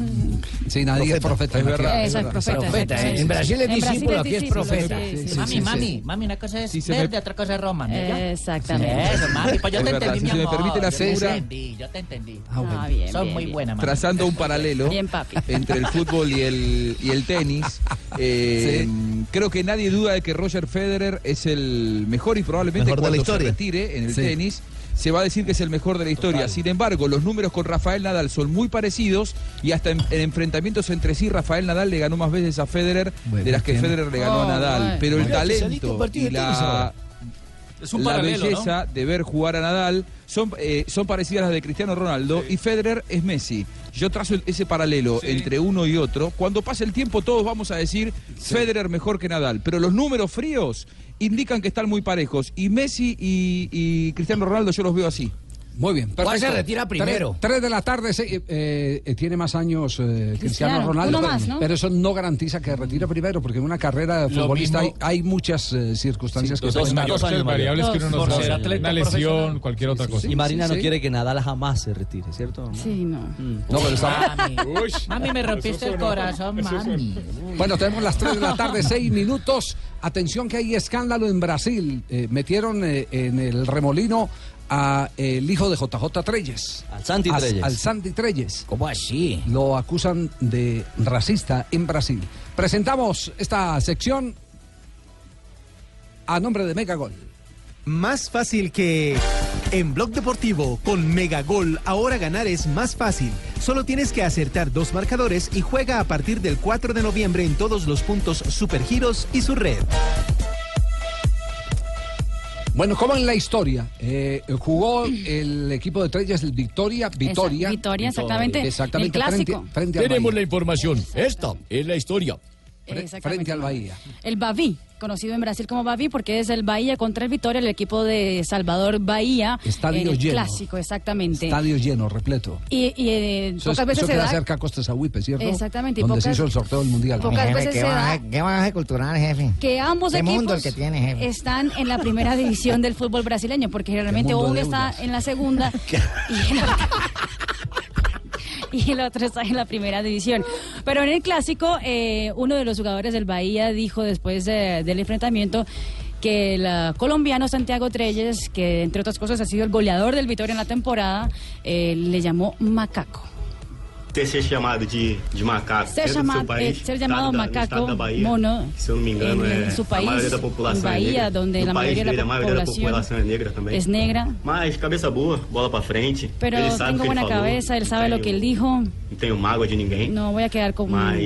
Speaker 10: Sí, nadie es profeta.
Speaker 16: Es verdad,
Speaker 10: aquí.
Speaker 16: eso es profeta, Profeta,
Speaker 10: ¿eh?
Speaker 16: sí, en sí, Brasil sí. es En Brasil discípulo, es aquí es discípulo, profeta. sí, sí, sí,
Speaker 8: Mami,
Speaker 16: sí,
Speaker 8: mami,
Speaker 16: sí.
Speaker 8: mami, una cosa es
Speaker 16: Sí, se me-
Speaker 8: verde, otra cosa es Roma. ¿no? ¿Ya?
Speaker 13: Exactamente.
Speaker 8: Eso, mami, pues yo
Speaker 28: Es
Speaker 8: te
Speaker 28: verdad,
Speaker 8: entendí,
Speaker 28: si
Speaker 8: mi
Speaker 28: se me
Speaker 8: amor,
Speaker 28: permite la
Speaker 8: yo te
Speaker 28: censura.
Speaker 8: entendí, Yo te entendí.
Speaker 28: Ah, bueno.
Speaker 8: Son muy buena, mami.
Speaker 28: Trazando un paralelo entre el fútbol y el, y el tenis, eh, creo que nadie duda de que Roger Federer es el mejor y probablemente
Speaker 29: Mejor de la
Speaker 28: cuando
Speaker 29: historia.
Speaker 28: se retire en el
Speaker 29: Sí.
Speaker 28: tenis se va a decir que es el mejor de la historia. Sin embargo, los números con Rafael Nadal son muy parecidos y hasta en, en enfrentamientos entre sí Rafael Nadal le ganó más veces a Federer de las que
Speaker 11: tiene-
Speaker 28: Federer le ganó a
Speaker 11: Oh,
Speaker 28: Nadal.
Speaker 11: bueno.
Speaker 28: Pero el
Speaker 11: Mira, si saliste un
Speaker 28: talento
Speaker 11: partido
Speaker 28: y
Speaker 11: de tenis
Speaker 28: la
Speaker 11: ahora. un
Speaker 28: la
Speaker 11: paralelo,
Speaker 28: belleza de ver jugar a Nadal son, eh, son parecidas a las de Cristiano Ronaldo y Federer es Messi. Yo trazo el- ese paralelo entre uno y otro. Cuando pase el tiempo todos vamos a decir Federer mejor que Nadal, pero los números fríos indican que están muy parejos y Messi y, y Cristiano Ronaldo yo los veo así.
Speaker 10: Muy bien,
Speaker 28: ¿Cuál se retira
Speaker 10: Tres-
Speaker 28: primero?
Speaker 10: Tres, de la tarde, se- eh, eh, eh, tiene más años eh, Cristiano,
Speaker 13: Cristiano,
Speaker 10: Ronaldo,
Speaker 13: uno
Speaker 10: pero-
Speaker 13: más, ¿no?
Speaker 10: pero eso no garantiza que retire primero, porque en una carrera de
Speaker 24: Lo
Speaker 10: futbolista
Speaker 24: mismo-
Speaker 10: hay, hay muchas eh, circunstancias que
Speaker 24: Dos,
Speaker 10: pueden
Speaker 24: años,
Speaker 10: dar.
Speaker 24: muchas variables que uno no sabe. Una lesión, cualquier otra cosa.
Speaker 11: y Marina no quiere que Nadal jamás se retire, ¿cierto?
Speaker 13: Sí, no.
Speaker 11: No, pero está-
Speaker 8: Mami, mami, me rompiste el corazón, mami.
Speaker 10: Bueno, tenemos las 3 de la tarde, 6 minutos. Atención que hay escándalo en Brasil. Eh, metieron eh, en el remolino a eh, el hijo de JJ Treyes. Al
Speaker 11: Santi Treyes.
Speaker 10: Al Santi Treyes. ¿Cómo así? Lo acusan de racista en Brasil. Presentamos esta sección a nombre de Megagol.
Speaker 29: Más fácil que... En Blog Deportivo, con Megagol, ahora ganar es más fácil. Solo tienes que acertar dos marcadores y juega a partir del 4 de noviembre en todos los puntos Supergiros y su red.
Speaker 10: Bueno, como en la historia, eh, jugó el equipo de Treyes el Victoria, Victoria.
Speaker 13: Victoria, exactamente.
Speaker 10: Exactamente,
Speaker 13: El
Speaker 10: frente-
Speaker 13: clásico.
Speaker 10: frente al
Speaker 31: Tenemos
Speaker 10: Bahía.
Speaker 31: la información. Esta es la historia.
Speaker 13: Exactamente.
Speaker 10: al Bahía.
Speaker 13: El Baví, conocido en Brasil como Baví porque es el Bahía contra el Vitoria, el equipo de Salvador Bahía.
Speaker 10: Estadio
Speaker 13: en el
Speaker 10: lleno.
Speaker 13: Clásico, exactamente.
Speaker 10: Estadio lleno, repleto.
Speaker 13: Y, y, eh,
Speaker 10: Eso,
Speaker 13: pocas
Speaker 10: es-
Speaker 13: veces
Speaker 10: eso
Speaker 13: se
Speaker 10: queda
Speaker 13: da
Speaker 10: cerca a Costa Sahuipe, ¿cierto?
Speaker 13: Exactamente, y
Speaker 10: Donde se
Speaker 13: pocas-
Speaker 10: hizo el sorteo del Mundial.
Speaker 13: pocas veces
Speaker 16: qué
Speaker 13: se da-
Speaker 16: bagaje- qué bagaje cultural, jefe.
Speaker 13: que ambos
Speaker 16: Qué
Speaker 13: equipos
Speaker 16: mundo el que tiene, jefe.
Speaker 13: están en la primera división del fútbol brasileño, porque generalmente
Speaker 16: mundo
Speaker 13: uno
Speaker 16: de
Speaker 13: está
Speaker 16: deudas.
Speaker 13: en la segunda y el, otro, y el otro está en la primera división. Pero en el clásico, eh, uno de los jugadores del Bahía dijo después eh, del enfrentamiento que el ah, colombiano Santiago Treyes, que entre otras cosas ha sido el goleador del Vitoria en la temporada, eh, le llamó macaco.
Speaker 32: Ter ser chamado de, de macaco
Speaker 13: Ser
Speaker 32: dentro do
Speaker 13: chamado-
Speaker 32: seu país,
Speaker 13: eh, ser
Speaker 32: estado
Speaker 13: llamado
Speaker 32: da- do
Speaker 13: macaco,
Speaker 32: estado da Bahia,
Speaker 13: mono,
Speaker 32: se eu não me engano,
Speaker 13: en-
Speaker 32: é
Speaker 13: en su
Speaker 32: a
Speaker 13: país,
Speaker 32: maioria da população
Speaker 13: Bahia,
Speaker 32: é negra.
Speaker 13: donde
Speaker 32: No
Speaker 13: la
Speaker 32: país
Speaker 13: mayoría de la
Speaker 32: dele, a maioria da
Speaker 13: población
Speaker 32: população é negra também.
Speaker 13: Es negra.
Speaker 32: Mas cabeça boa, bola pra frente.
Speaker 13: Pero
Speaker 32: ele
Speaker 13: tengo
Speaker 32: sabe o que ele
Speaker 13: buena
Speaker 32: falou.
Speaker 13: cabeza, él sabe lo que él dijo.
Speaker 32: Não tenho mágoa de ninguém.
Speaker 13: No voy a quedar con
Speaker 32: Mas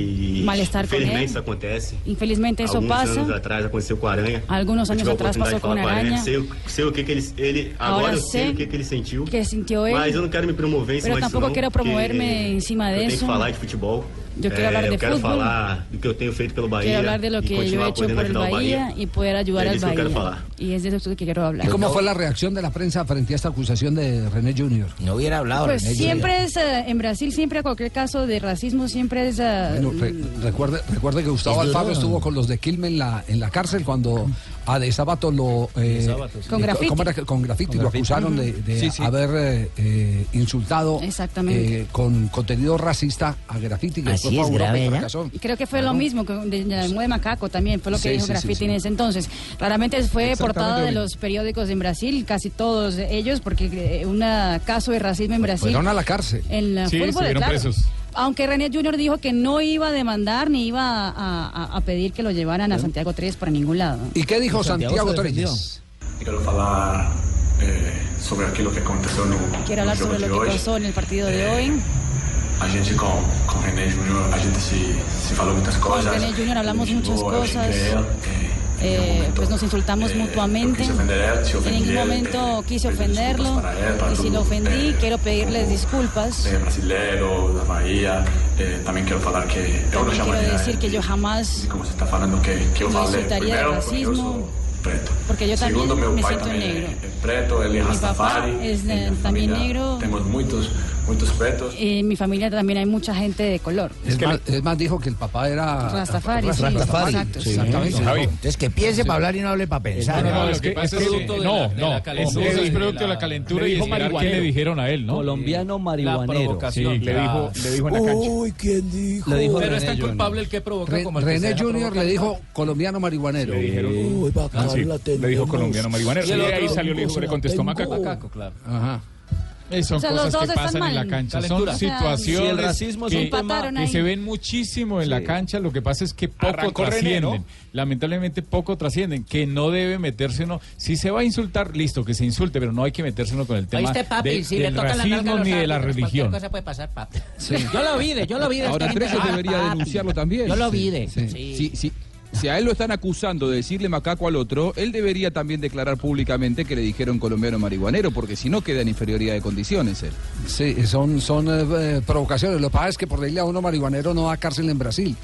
Speaker 13: malestar con
Speaker 32: infelizmente
Speaker 13: él.
Speaker 32: isso acontece.
Speaker 13: Infelizmente eso
Speaker 32: Alguns anos
Speaker 13: pasa.
Speaker 32: atrás aconteceu com a aranha.
Speaker 13: Algunos
Speaker 32: Eu
Speaker 13: años
Speaker 32: tive a
Speaker 13: atrás
Speaker 32: oportunidade
Speaker 13: pasó
Speaker 32: de
Speaker 13: con
Speaker 32: falar com a
Speaker 13: Araña.
Speaker 32: Sei, o- sei o que, que ele, ele agora,
Speaker 13: Ahora
Speaker 32: eu sei
Speaker 13: sé
Speaker 32: o que, que ele sentiu.
Speaker 13: que sintió él.
Speaker 32: Mas eu não quero me promover em cima
Speaker 13: Pero
Speaker 32: disso
Speaker 13: tampoco
Speaker 32: não,
Speaker 13: quiero
Speaker 32: porque
Speaker 13: promoverme encima
Speaker 32: eu
Speaker 13: de
Speaker 32: tenho que
Speaker 13: eso.
Speaker 32: falar de futebol. É,
Speaker 13: Eu quero falar de
Speaker 32: um eu quero
Speaker 13: futebol.
Speaker 32: falar do que eu tenho feito pelo Bahia.
Speaker 13: Quiero hablar de lo
Speaker 32: e
Speaker 13: que yo
Speaker 32: continuar
Speaker 13: he hecho
Speaker 32: podendo
Speaker 13: por el
Speaker 32: ajudar o
Speaker 13: Bahía y poder ayudar
Speaker 32: É
Speaker 13: al
Speaker 32: disso que eu quero
Speaker 13: Bahía.
Speaker 32: falar.
Speaker 13: Y es de eso que quiero hablar.
Speaker 10: ¿Y
Speaker 16: Pues
Speaker 10: cómo fue la reacción de la prensa frente a esta acusación de René Junior?
Speaker 16: No hubiera hablado
Speaker 13: Pues siempre es, eh, en Brasil, siempre a cualquier caso de racismo, siempre es... eh,
Speaker 10: Bueno, re- recuerde, recuerde que Gustavo
Speaker 13: Es duro.
Speaker 10: Alfaro estuvo con los de Quilme en la, en la cárcel cuando a De Sábato lo. eh,
Speaker 13: De Sábato, sí. Con
Speaker 10: eh,
Speaker 13: grafiti.
Speaker 10: ¿cómo era que- con
Speaker 13: Con
Speaker 10: grafiti, lo
Speaker 13: grafiti.
Speaker 10: acusaron
Speaker 13: Ujú.
Speaker 10: de, de
Speaker 13: Sí, sí.
Speaker 10: haber eh, eh, insultado
Speaker 13: Exactamente.
Speaker 10: eh, con contenido racista a grafiti. Que
Speaker 16: Así
Speaker 10: después fue a
Speaker 16: es,
Speaker 10: Europa
Speaker 16: grave,
Speaker 10: y
Speaker 16: ¿ya?
Speaker 10: fracasó.
Speaker 13: Y creo que fue lo mismo que de, llamó de Macaco también, fue lo que
Speaker 10: Sí,
Speaker 13: dijo
Speaker 10: sí, sí,
Speaker 13: Graffiti
Speaker 10: sí.
Speaker 13: en ese entonces. Claramente fue
Speaker 10: Exactamente
Speaker 13: portada
Speaker 10: lo
Speaker 13: de
Speaker 10: mismo.
Speaker 13: los periódicos en Brasil, casi todos ellos, porque eh, un eh, caso de racismo en Brasil.
Speaker 10: Fueron a la cárcel.
Speaker 13: En la
Speaker 10: Sí,
Speaker 13: eh, fútbol,
Speaker 10: estuvieron
Speaker 13: claro.
Speaker 10: presos.
Speaker 13: Aunque René Junior dijo que no iba a demandar ni iba a, a- a pedir que lo llevaran a Santiago 3 por ningún lado.
Speaker 10: ¿Y qué dijo Santiago, Torres?
Speaker 33: Quiero hablar eh, sobre aquello que aconteció en el
Speaker 13: Quiero hablar sobre lo que pasó en el partido de hoy.
Speaker 33: A gente con, con René Junior, a gente se, se faló muchas
Speaker 13: Con
Speaker 33: cosas.
Speaker 13: René Junior hablamos muchas
Speaker 33: Yo, yo
Speaker 13: cosas.
Speaker 33: de él, eh,
Speaker 13: eh, pues nos insultamos mutuamente.
Speaker 33: quise ofender a él, si
Speaker 13: En
Speaker 33: ofendí
Speaker 13: ningún
Speaker 33: a él,
Speaker 13: momento quise ofenderlo.
Speaker 33: para él, para
Speaker 13: Y si
Speaker 33: todo,
Speaker 13: lo ofendí, quiero pedirles disculpas.
Speaker 33: de eh, brasileiro, da Bahía. Eh, también quiero hablar que yo no
Speaker 13: También quiero
Speaker 33: llamaría,
Speaker 13: decir que yo jamás
Speaker 33: como se está hablando, que, que yo
Speaker 13: no
Speaker 33: hablé
Speaker 13: insultaría de
Speaker 33: primero, porque yo
Speaker 13: racismo.
Speaker 33: soy preto.
Speaker 13: Porque yo también
Speaker 33: Segundo, meu
Speaker 13: me
Speaker 33: pai
Speaker 13: siento
Speaker 33: também
Speaker 13: negro.
Speaker 33: é é preto, ele é
Speaker 13: Mi papá
Speaker 33: rastafari.
Speaker 13: es
Speaker 33: em
Speaker 13: eh,
Speaker 33: minha
Speaker 13: también
Speaker 33: família
Speaker 13: negro.
Speaker 33: Temos muitos, muitos pretos.
Speaker 13: Y en mi familia también hay mucha gente de color.
Speaker 10: Es, más, es más, dijo que el papá era.
Speaker 13: Rastafari, sí.
Speaker 10: Rastafari.
Speaker 12: Exacto,
Speaker 10: Sí,
Speaker 12: exactamente.
Speaker 10: don Javi.
Speaker 12: Entonces que piense para hablar y no hable para pensar.
Speaker 24: No, no, lo que pasa es que- no, no, eso es producto de la calentura y esperar qué le dijeron a él, ¿no?
Speaker 11: Colombiano marihuanero.
Speaker 24: Sí,
Speaker 11: le dijo- le dijo en la cancha.
Speaker 34: Uy, ¿quién dijo?
Speaker 11: Le dijo
Speaker 30: Pero
Speaker 11: René
Speaker 30: es tan
Speaker 11: Junior.
Speaker 30: culpable el que provoca
Speaker 10: Re-
Speaker 30: como el que se
Speaker 10: René
Speaker 30: deja
Speaker 10: Junior le
Speaker 30: provocar.
Speaker 10: dijo colombiano marihuanero.
Speaker 24: Le dijeron,
Speaker 10: Uy,
Speaker 24: Ah, sí, le dijo colombiano marihuanero. Y, de ahí salió, le, dijo, le contestó macaco.
Speaker 30: claro.
Speaker 10: Ajá.
Speaker 24: Eh, son
Speaker 30: O sea, los
Speaker 24: cosas
Speaker 30: dos
Speaker 24: que
Speaker 30: están
Speaker 24: pasan en la
Speaker 30: mal.
Speaker 24: cancha. Son
Speaker 30: Calentura. O sea,
Speaker 24: situaciones
Speaker 30: Si el racismo es un
Speaker 24: que,
Speaker 30: tema-
Speaker 24: que
Speaker 30: ahí.
Speaker 24: se ven muchísimo en la cancha. Lo que pasa es que poco
Speaker 21: Arrancó René,
Speaker 24: trascienden.
Speaker 21: ¿no?
Speaker 24: Lamentablemente poco trascienden. Que no debe meterse uno. Si se va a insultar, listo, que se insulte, pero no hay que meterse uno con el tema
Speaker 8: Oíste, papi,
Speaker 24: de-
Speaker 8: si le
Speaker 24: del
Speaker 8: tocan la nalga a
Speaker 24: racismo
Speaker 8: los
Speaker 24: ni de la
Speaker 8: árbitros,
Speaker 24: religión.
Speaker 8: Cualquier cosa puede pasar, papi.
Speaker 28: Sí.
Speaker 8: Yo lo vi, de- yo lo vi. de
Speaker 28: Ahora
Speaker 8: esta
Speaker 28: Trello
Speaker 8: gente. Ah,
Speaker 28: debería
Speaker 8: papi.
Speaker 28: denunciarlo también.
Speaker 8: Yo lo
Speaker 28: Sí,
Speaker 8: vi. de-
Speaker 28: sí.
Speaker 8: sí.
Speaker 28: Sí, sí. Si a él lo están acusando de decirle macaco al otro, él debería también declarar públicamente que le dijeron colombiano marihuanero, porque si no queda en inferioridad de condiciones él.
Speaker 10: Sí, son, son eh, eh, provocaciones. Lo que pasa es que por decirle a uno marihuanero no da cárcel en Brasil.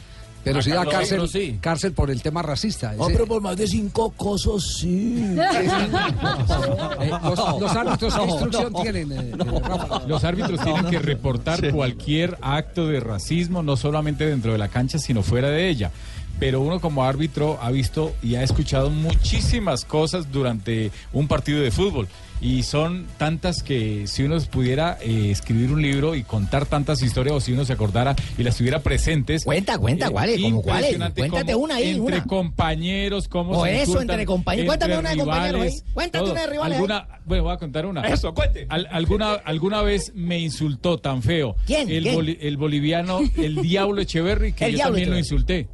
Speaker 10: Pero
Speaker 24: Ah,
Speaker 34: A
Speaker 10: sí da
Speaker 34: Carlos
Speaker 10: cárcel,
Speaker 34: Negro, sí.
Speaker 10: cárcel por el tema racista. Ese-
Speaker 34: No, pero por más de cinco cosas, sí.
Speaker 10: eh, los, los árbitros, ¿qué
Speaker 24: No,
Speaker 10: instrucción
Speaker 24: no,
Speaker 10: tienen? eh,
Speaker 24: Los árbitros tienen que reportar cualquier acto de racismo, no solamente dentro de la cancha, sino fuera de ella. Pero uno como árbitro ha visto y ha escuchado muchísimas cosas durante un partido de fútbol. Y son tantas que si uno pudiera eh, escribir un libro y contar tantas historias o si uno se acordara y las tuviera presentes. Cuenta,
Speaker 12: cuenta, ¿cuáles? ¿Cómo cuáles? Cuéntate una ahí,
Speaker 24: Entre
Speaker 12: una.
Speaker 24: compañeros, cómo
Speaker 12: O
Speaker 24: se
Speaker 12: eso,
Speaker 24: insultan,
Speaker 12: entre compañeros. Cuéntame
Speaker 24: entre
Speaker 12: una de compañeros ahí.
Speaker 24: rivales,
Speaker 12: Cuéntate
Speaker 24: todo.
Speaker 12: una de rivales ahí.
Speaker 24: ¿Alguna, bueno, voy a contar una.
Speaker 12: Eso, cuente.
Speaker 24: Al- alguna, alguna vez me insultó tan feo.
Speaker 12: ¿Quién?
Speaker 24: El,
Speaker 12: ¿Quién?
Speaker 24: boli- el boliviano, el diablo Echeverry, que
Speaker 12: El
Speaker 24: yo
Speaker 12: Diablo
Speaker 24: también lo
Speaker 12: Echeverry. ¿Ah,
Speaker 24: insulté.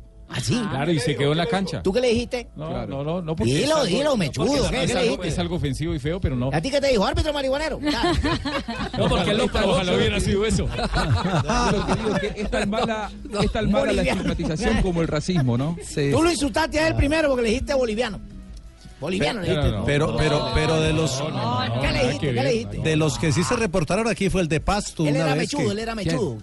Speaker 24: Claro, y se quedó en la cancha.
Speaker 12: ¿Tú qué le dijiste?
Speaker 24: No, no, no, no, porque
Speaker 12: Dilo,
Speaker 24: es algo-
Speaker 12: dilo,
Speaker 24: no,
Speaker 12: mechudo,
Speaker 24: porque
Speaker 12: ¿qué? ¿Qué
Speaker 24: es
Speaker 12: le
Speaker 24: algo-
Speaker 12: dijiste?
Speaker 24: Es algo ofensivo y feo, pero no.
Speaker 12: ¿A ti qué te dijo, árbitro marihuanero? Nada.
Speaker 24: No, porque lo Ojalá hubiera sido eso.
Speaker 28: Yo lo que digo es que es tan mala, es tan mala la estigmatización como el racismo, ¿no?
Speaker 12: Tú lo insultaste a él primero porque le dijiste boliviano. Boliviano le dijiste.
Speaker 35: Pero, pero, pero de los.
Speaker 12: ¿Qué le dijiste? ¿Qué le dijiste?
Speaker 35: De los que sí se reportaron aquí fue el de Pasto.
Speaker 12: Él
Speaker 35: una
Speaker 12: era
Speaker 35: vez
Speaker 12: mechudo,
Speaker 35: que-
Speaker 12: él era mechudo.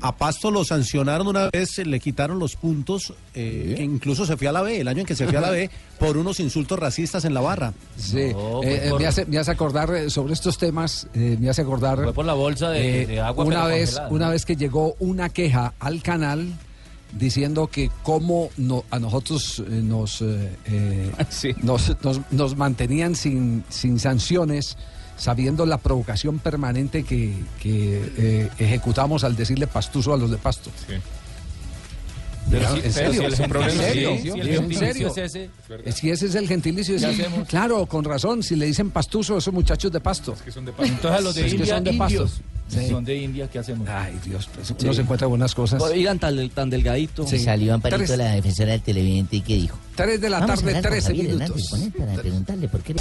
Speaker 35: A Pasto lo sancionaron una vez, le quitaron los puntos, eh, que incluso se fue a la B, el año en que se fue a la B, por unos insultos racistas en la barra.
Speaker 10: Sí,
Speaker 35: pues
Speaker 10: eh, eh,
Speaker 35: por-
Speaker 10: me, hace, me hace acordar eh, sobre estos temas, eh, me hace acordar...
Speaker 30: Fue por la bolsa de- de agua
Speaker 10: Eh, Una
Speaker 30: pero
Speaker 10: vez,
Speaker 30: congelada,
Speaker 10: una
Speaker 30: ¿no?
Speaker 10: vez que llegó una queja al canal diciendo que cómo no, a nosotros eh, nos, eh, eh, nos, nos- nos mantenían sin, sin sanciones sabiendo la provocación permanente que, que, eh, ejecutamos al decirle pastuso a los de pasto.
Speaker 30: Pero
Speaker 10: Ya,
Speaker 30: sí,
Speaker 10: ¿En
Speaker 30: pero si
Speaker 10: serio?
Speaker 30: el
Speaker 10: ¿En
Speaker 30: problema-
Speaker 10: serio?
Speaker 30: sí, sí, el
Speaker 10: ¿En
Speaker 30: gentilicio
Speaker 10: serio?
Speaker 30: es ese.
Speaker 10: Es que ese es el gentilicio.
Speaker 30: ¿Qué
Speaker 10: sí.
Speaker 30: hacemos?
Speaker 10: Claro, con razón. Si le dicen pastuso, esos muchachos de pasto.
Speaker 30: Entonces a los de
Speaker 10: Es que
Speaker 30: India,
Speaker 10: son de
Speaker 30: indios.
Speaker 10: pastos.
Speaker 30: Si
Speaker 10: Sí.
Speaker 30: Son de India, ¿qué hacemos?
Speaker 10: Ay, Dios, pues uno se encuentra buenas cosas.
Speaker 11: Oigan, tan, tan delgadito.
Speaker 10: Sí. Salió Amparito, Tres- la
Speaker 11: defensora del televidente y qué dijo.
Speaker 10: 3 de la
Speaker 11: Vamos a
Speaker 10: tarde,
Speaker 11: hablar con
Speaker 10: 13
Speaker 11: Javier Hernández
Speaker 10: minutos.
Speaker 36: ¿Eh?
Speaker 11: Bonet para
Speaker 10: preguntarle por qué.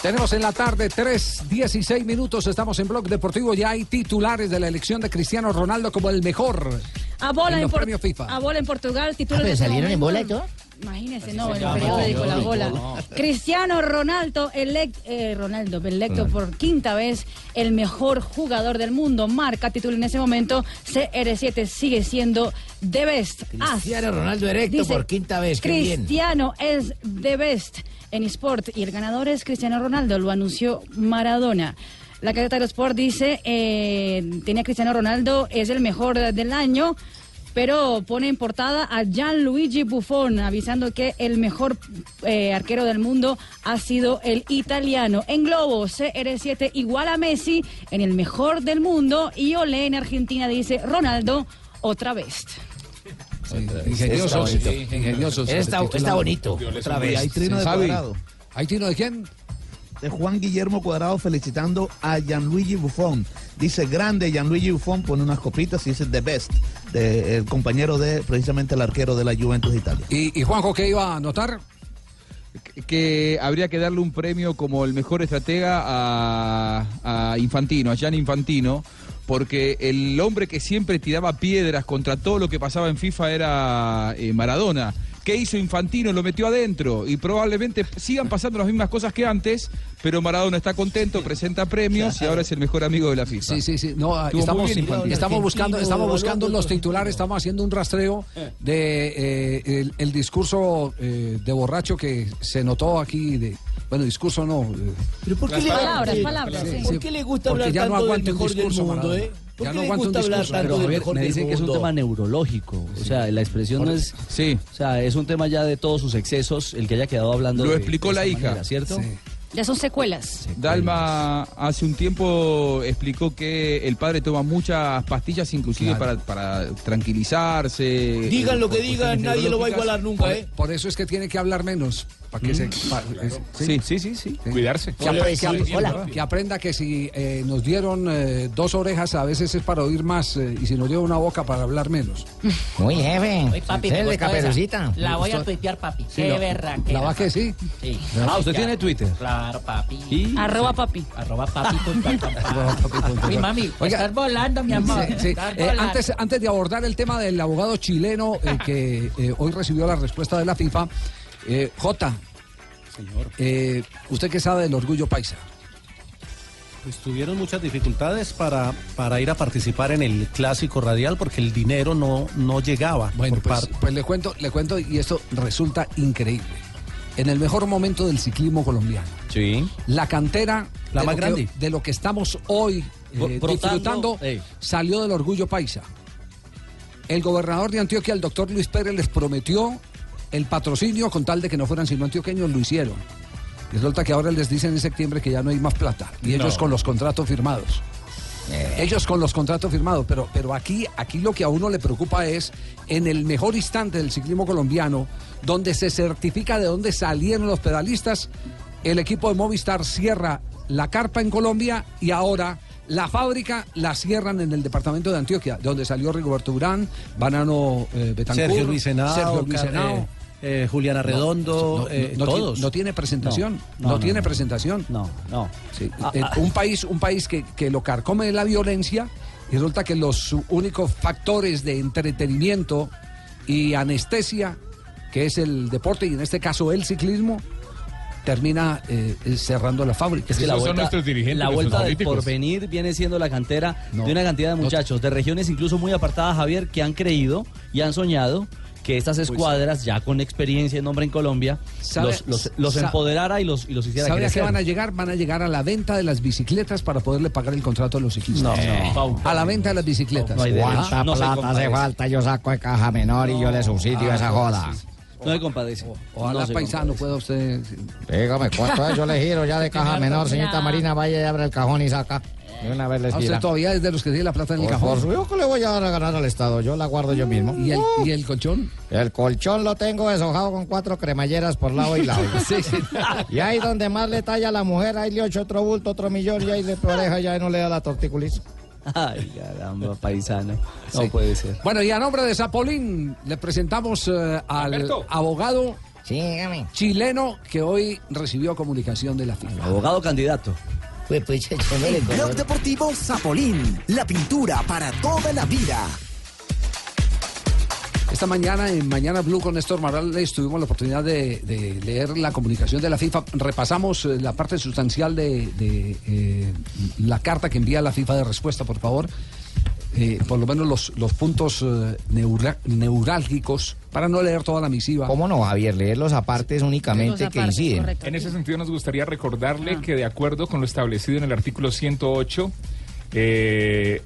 Speaker 10: Tenemos en la tarde 3, 16 minutos. Estamos en Blog Deportivo. Ya hay titulares de la elección de Cristiano Ronaldo como el mejor.
Speaker 13: A bola
Speaker 10: en
Speaker 13: en,
Speaker 10: los
Speaker 13: Por-
Speaker 10: premios FIFA.
Speaker 13: a bola en Portugal,
Speaker 10: Ah,
Speaker 13: título
Speaker 10: pero salieron en bola y Ah,
Speaker 13: todo. Imagínese, no,
Speaker 10: se
Speaker 13: en el
Speaker 10: llama,
Speaker 13: periódico La
Speaker 10: periódico,
Speaker 13: Bola.
Speaker 10: no.
Speaker 13: Cristiano Ronaldo, elect- eh, Ronaldo, electo
Speaker 10: Ronaldo.
Speaker 13: por quinta vez el mejor jugador del mundo. Marca título en ese momento. CR7 sigue siendo The Best.
Speaker 12: Cristiano
Speaker 13: As.
Speaker 12: Ronaldo erecto
Speaker 13: Dice,
Speaker 12: por quinta vez, qué bien.
Speaker 13: Cristiano es The Best en Sport y el ganador es Cristiano Ronaldo, lo anunció Maradona. La Gaceta de los Sport dice, eh, tiene a Cristiano Ronaldo, es el mejor del año, pero pone en portada a Gianluigi Buffon, avisando que el mejor eh, arquero del mundo ha sido el italiano. En Globo, CR7 igual a Messi en el mejor del mundo y Olé en Argentina dice Ronaldo otra vez.
Speaker 10: Ingeniosos,
Speaker 12: Está bonito.
Speaker 10: ingeniosos.
Speaker 12: Él está-
Speaker 10: Titulado.
Speaker 12: está bonito, otra vez.
Speaker 15: Hay trino de
Speaker 10: Javi,
Speaker 15: cuadrado.
Speaker 10: ¿Hay trino de quién?
Speaker 15: De Juan Guillermo Cuadrado felicitando a Gianluigi Buffon. Dice grande Gianluigi Buffon, pone unas copitas y dice the best, de- el compañero de precisamente el arquero de la Juventus de Italia.
Speaker 10: ¿Y, y Juanjo qué iba a anotar?
Speaker 28: que habría que darle un premio como el mejor estratega a, a Infantino, a Gian Infantino, porque el hombre que siempre tiraba piedras contra todo lo que pasaba en FIFA era eh, Maradona. ¿Qué hizo Infantino? Lo metió adentro y probablemente sigan pasando las mismas cosas que antes, pero Maradona está contento, presenta premios y ahora es el mejor amigo de la FIFA.
Speaker 10: Sí, sí, sí. No, ah,
Speaker 28: Estuvo
Speaker 10: estamos,
Speaker 28: muy bien Infantino.
Speaker 10: estamos buscando, estamos buscando los titulares, estamos haciendo un rastreo de eh, el, el discurso eh, de borracho que se notó aquí de bueno, discurso no. eh,
Speaker 34: Pero ¿por qué le-
Speaker 13: Palabras,
Speaker 34: Sí,
Speaker 13: palabras,
Speaker 34: sí.
Speaker 13: sí.
Speaker 34: ¿Por qué le gusta
Speaker 10: Porque
Speaker 34: hablar
Speaker 10: ya no
Speaker 34: tanto del
Speaker 10: aguanta un
Speaker 34: mejor del
Speaker 10: discurso,
Speaker 34: mundo,
Speaker 10: Maradona.
Speaker 34: eh? ¿Por
Speaker 10: Ya
Speaker 34: qué
Speaker 10: no
Speaker 34: le
Speaker 10: aguanta un
Speaker 34: gusta hablar
Speaker 10: discurso,
Speaker 34: tanto
Speaker 11: Pero
Speaker 34: del
Speaker 11: Javier,
Speaker 34: mejor
Speaker 11: me
Speaker 34: del
Speaker 11: dicen que es un
Speaker 34: mundo?
Speaker 11: tema neurológico. O sea, la expresión no es.
Speaker 28: Sí.
Speaker 11: O sea, es un tema ya de todos sus excesos, el que haya quedado hablando.
Speaker 28: Lo
Speaker 11: de-
Speaker 28: explicó
Speaker 11: de esa
Speaker 28: la hija.
Speaker 11: manera, ¿Cierto?
Speaker 28: Sí.
Speaker 13: Ya son secuelas.
Speaker 28: Dalma hace un tiempo explicó que el padre toma muchas pastillas, inclusive para, para tranquilizarse. eh, por cuestiones neurológicas.
Speaker 10: por,
Speaker 34: ¿eh?
Speaker 10: Por eso es que tiene que hablar menos. Para que
Speaker 28: Mm.
Speaker 10: se, pa- es-
Speaker 28: Sí, sí, sí, sí.
Speaker 24: Cuidarse.
Speaker 10: Que, apre- que apre- que aprenda que si eh, nos dieron eh, dos orejas a veces es para oír más eh, y si nos dio una boca para hablar menos.
Speaker 16: Muy jefe.
Speaker 8: Oye,
Speaker 16: Usted
Speaker 8: papi, ¿te
Speaker 16: es de
Speaker 8: gustó esa?
Speaker 16: caperucita.
Speaker 8: La
Speaker 16: Me
Speaker 8: voy a
Speaker 16: gustó.
Speaker 8: tuitear, papi.
Speaker 16: Sí,
Speaker 8: Qué
Speaker 16: la-
Speaker 8: berraquera.
Speaker 16: la va que sí.
Speaker 8: Sí.
Speaker 16: Ah, ¿usted tiene
Speaker 8: Twitter? Claro, papi.
Speaker 13: Arroba papi.
Speaker 8: Arroba papi. punto com. Mi mami, pues
Speaker 10: Oiga.
Speaker 8: estás volando, mi amor.
Speaker 10: Sí, sí.
Speaker 8: Estás
Speaker 10: Eh,
Speaker 8: volando.
Speaker 10: antes, antes de abordar el tema del abogado chileno eh, que eh, hoy recibió la respuesta de la FIFA, eh, Jota, eh, ¿usted qué sabe del orgullo paisa?
Speaker 35: Pues tuvieron muchas dificultades para, para ir a participar en el clásico radial porque el dinero no, no llegaba por
Speaker 10: Pues,
Speaker 35: parte.
Speaker 10: pues le cuento, le cuento y esto resulta increíble. En el mejor momento del ciclismo colombiano,
Speaker 11: Sí.
Speaker 10: la cantera
Speaker 11: La
Speaker 10: de
Speaker 11: más
Speaker 10: lo
Speaker 11: grande.
Speaker 10: que, de lo que estamos hoy eh,
Speaker 11: Bro- brotando,
Speaker 10: disfrutando
Speaker 11: eh.
Speaker 10: salió del orgullo paisa. El gobernador de Antioquia, el doctor Luis Pérez, les prometió el patrocinio con tal de que no fueran sino antioqueños, lo hicieron. Resulta que ahora les dicen en septiembre que ya no hay más plata y ellos
Speaker 11: No.
Speaker 10: con los contratos firmados. Eh, Ellos con los contratos firmados, pero, pero aquí, aquí lo que a uno le preocupa es en el mejor instante del ciclismo colombiano, donde se certifica de dónde salieron los pedalistas, el equipo de Movistar cierra la carpa en Colombia y ahora la fábrica la cierran en el departamento de Antioquia, de donde salió Rigoberto Urán, Banano eh, Betancur,
Speaker 35: Sergio Luis Henao,
Speaker 10: Sergio Luis
Speaker 35: Ca-
Speaker 10: Henao.
Speaker 35: eh, eh, Juliana Redondo,
Speaker 10: No, no,
Speaker 35: eh,
Speaker 10: no
Speaker 35: todos.
Speaker 10: Tiene, no tiene presentación.
Speaker 35: No,
Speaker 10: No,
Speaker 35: no,
Speaker 10: tiene
Speaker 35: no.
Speaker 10: presentación.
Speaker 11: No, no. Ah, ah.
Speaker 10: un país, un país que, que lo carcome de la violencia y resulta que los únicos factores de entretenimiento y anestesia, que es el deporte y en este caso el ciclismo, termina eh, cerrando la fábrica.
Speaker 11: Es que la vuelta, la vuelta del porvenir viene siendo la cantera
Speaker 10: No.
Speaker 11: de una cantidad de muchachos de regiones incluso muy apartadas, Javier, que han creído y han soñado que estas escuadras, ya con experiencia y nombre en Colombia,
Speaker 10: Pues ¿Sabe-
Speaker 11: los, los- los
Speaker 10: sa-
Speaker 11: empoderara y los, y los hiciera
Speaker 10: ¿Sabe a qué
Speaker 11: crecer.
Speaker 10: van a llegar? Van a llegar a la venta de las bicicletas para poderle pagar el contrato a los ciclistas.
Speaker 11: No,
Speaker 10: A la venta de las bicicletas.
Speaker 11: No hay derecho.
Speaker 10: Ah,
Speaker 16: ¿Cuánta
Speaker 11: No se
Speaker 16: plata hace
Speaker 11: compadece.
Speaker 16: falta? Yo saco de caja menor y yo le subsidio
Speaker 10: Ah,
Speaker 16: esa
Speaker 10: no,
Speaker 16: joda.
Speaker 11: No me compadece.
Speaker 10: Ojalá
Speaker 11: No se
Speaker 10: paisano pueda usted.
Speaker 16: Dígame, ¿cuánto es? Yo le giro ya de caja menor, señorita Marina. Vaya y abre el cajón y saca. De una vez les
Speaker 10: Ah,
Speaker 16: tira.
Speaker 10: usted todavía es de los que tiene la plata en el
Speaker 16: Por
Speaker 10: cajón.
Speaker 16: favor, yo que le voy a dar a ganar al Estado, yo la guardo yo mismo. Uh.
Speaker 10: ¿Y el, y el colchón?
Speaker 16: El colchón lo tengo deshojado con cuatro cremalleras por lado y lado.
Speaker 10: Sí, sí.
Speaker 16: Y ahí donde más le talla a la mujer, ahí le ocho otro bulto, otro millón, y ahí de pareja ya no le da la torticulitis.
Speaker 11: Ay, caramba, paisano. No puede ser.
Speaker 10: Bueno, y a nombre de Zapolín le presentamos eh, al abogado chileno que hoy recibió comunicación de la FIFA.
Speaker 11: Abogado candidato.
Speaker 16: Pues, pues, yo me
Speaker 25: El
Speaker 16: le
Speaker 25: Club Deportivo Zapolín, la pintura para toda la vida.
Speaker 10: Esta mañana en Mañana Blue con Néstor Morales tuvimos la oportunidad de, de leer la comunicación de la FIFA. Repasamos eh, la parte sustancial de, de, eh, la carta que envía la FIFA de respuesta, por favor. Eh, por lo menos los, los puntos eh, neura- neurálgicos para no leer toda la misiva.
Speaker 16: ¿Cómo no, Javier? Leer los apartes únicamente que inciden.
Speaker 21: En ese sentido, nos gustaría recordarle que de acuerdo con lo establecido en el artículo 108, eh,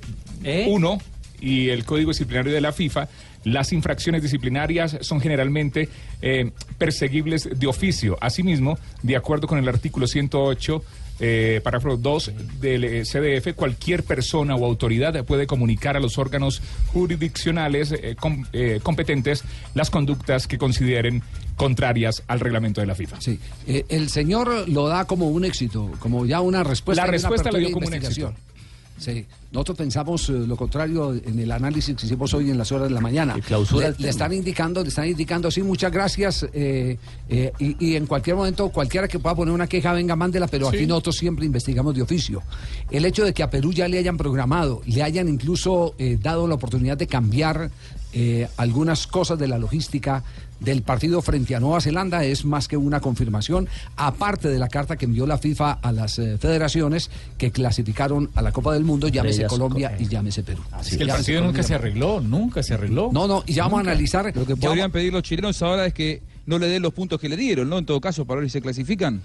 Speaker 21: 1 y el Código Disciplinario de la FIFA, las infracciones disciplinarias son generalmente eh, perseguibles de oficio. Asimismo, de acuerdo con el artículo 108, eh, párrafo 2 del eh, CDF, cualquier persona o autoridad puede comunicar a los órganos jurisdiccionales eh, com- eh, competentes las conductas que consideren contrarias al reglamento de la FIFA.
Speaker 10: Sí. Eh, el señor lo da como un éxito, como ya una respuesta.
Speaker 21: La
Speaker 10: y una
Speaker 21: respuesta la
Speaker 10: apertura
Speaker 21: dio
Speaker 10: de
Speaker 21: como un éxito.
Speaker 10: investigación. Sí, nosotros pensamos eh, lo contrario en el análisis que hicimos hoy en las horas de la mañana.
Speaker 11: clausura
Speaker 10: Le-
Speaker 11: el
Speaker 10: le,
Speaker 11: tema.
Speaker 10: están indicando, le están indicando, sí, muchas gracias. eh, eh, y, y en cualquier momento, cualquiera que pueda poner una queja, venga, mándela, pero
Speaker 37: Sí.
Speaker 10: aquí nosotros siempre investigamos de oficio. El hecho de que a Perú ya le hayan programado, le hayan incluso eh, dado la oportunidad de cambiar eh, algunas cosas de la logística del partido frente a Nueva Zelanda es más que una confirmación, aparte de la carta que envió la FIFA a las eh, federaciones que clasificaron a la Copa del Mundo, llámese
Speaker 24: Bellas
Speaker 10: Colombia y llámese Perú.
Speaker 24: Es que el partido nunca se arregló, nunca se arregló.
Speaker 10: No, no, y ya vamos a
Speaker 24: Nunca.
Speaker 10: analizar.
Speaker 28: Lo que podrían pedir los chilenos ahora es que no le den los puntos que le dieron, ¿no? En todo caso, para ver si se clasifican.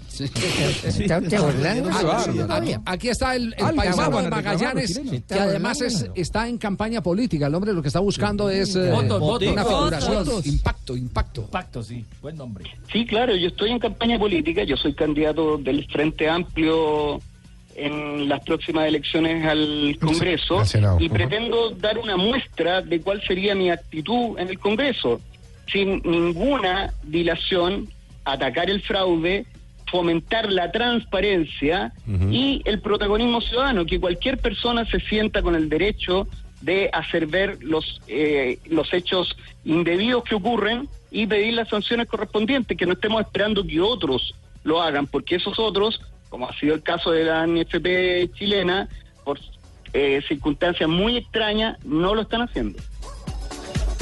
Speaker 10: Ah, aquí, aquí está el, el
Speaker 28: Algo van a
Speaker 10: paisano
Speaker 28: reclamar
Speaker 10: de
Speaker 28: los
Speaker 10: Magallanes,
Speaker 28: chilenos.
Speaker 10: que además es- está en campaña política. El hombre lo que está buscando es eh,
Speaker 30: Votos, votos,
Speaker 10: una
Speaker 30: votos.
Speaker 10: figuración.
Speaker 30: Votos.
Speaker 10: Impacto, impacto.
Speaker 30: Pacto, sí. Buen nombre.
Speaker 37: Sí, claro, yo estoy en campaña política, yo soy candidato del Frente Amplio en las próximas elecciones al Congreso
Speaker 2: Al Senado.
Speaker 37: y
Speaker 2: Ujú.
Speaker 37: pretendo dar una muestra de cuál sería mi actitud en el Congreso, sin ninguna dilación, atacar el fraude, fomentar la transparencia
Speaker 17: Ujú.
Speaker 37: y el protagonismo ciudadano, que cualquier persona se sienta con el derecho de hacer ver los, eh, los hechos indebidos que ocurren y pedir las sanciones correspondientes, que no estemos esperando que otros lo hagan, porque esos otros, como ha sido el caso de la NFP chilena, por eh, circunstancias muy extrañas, no lo están haciendo.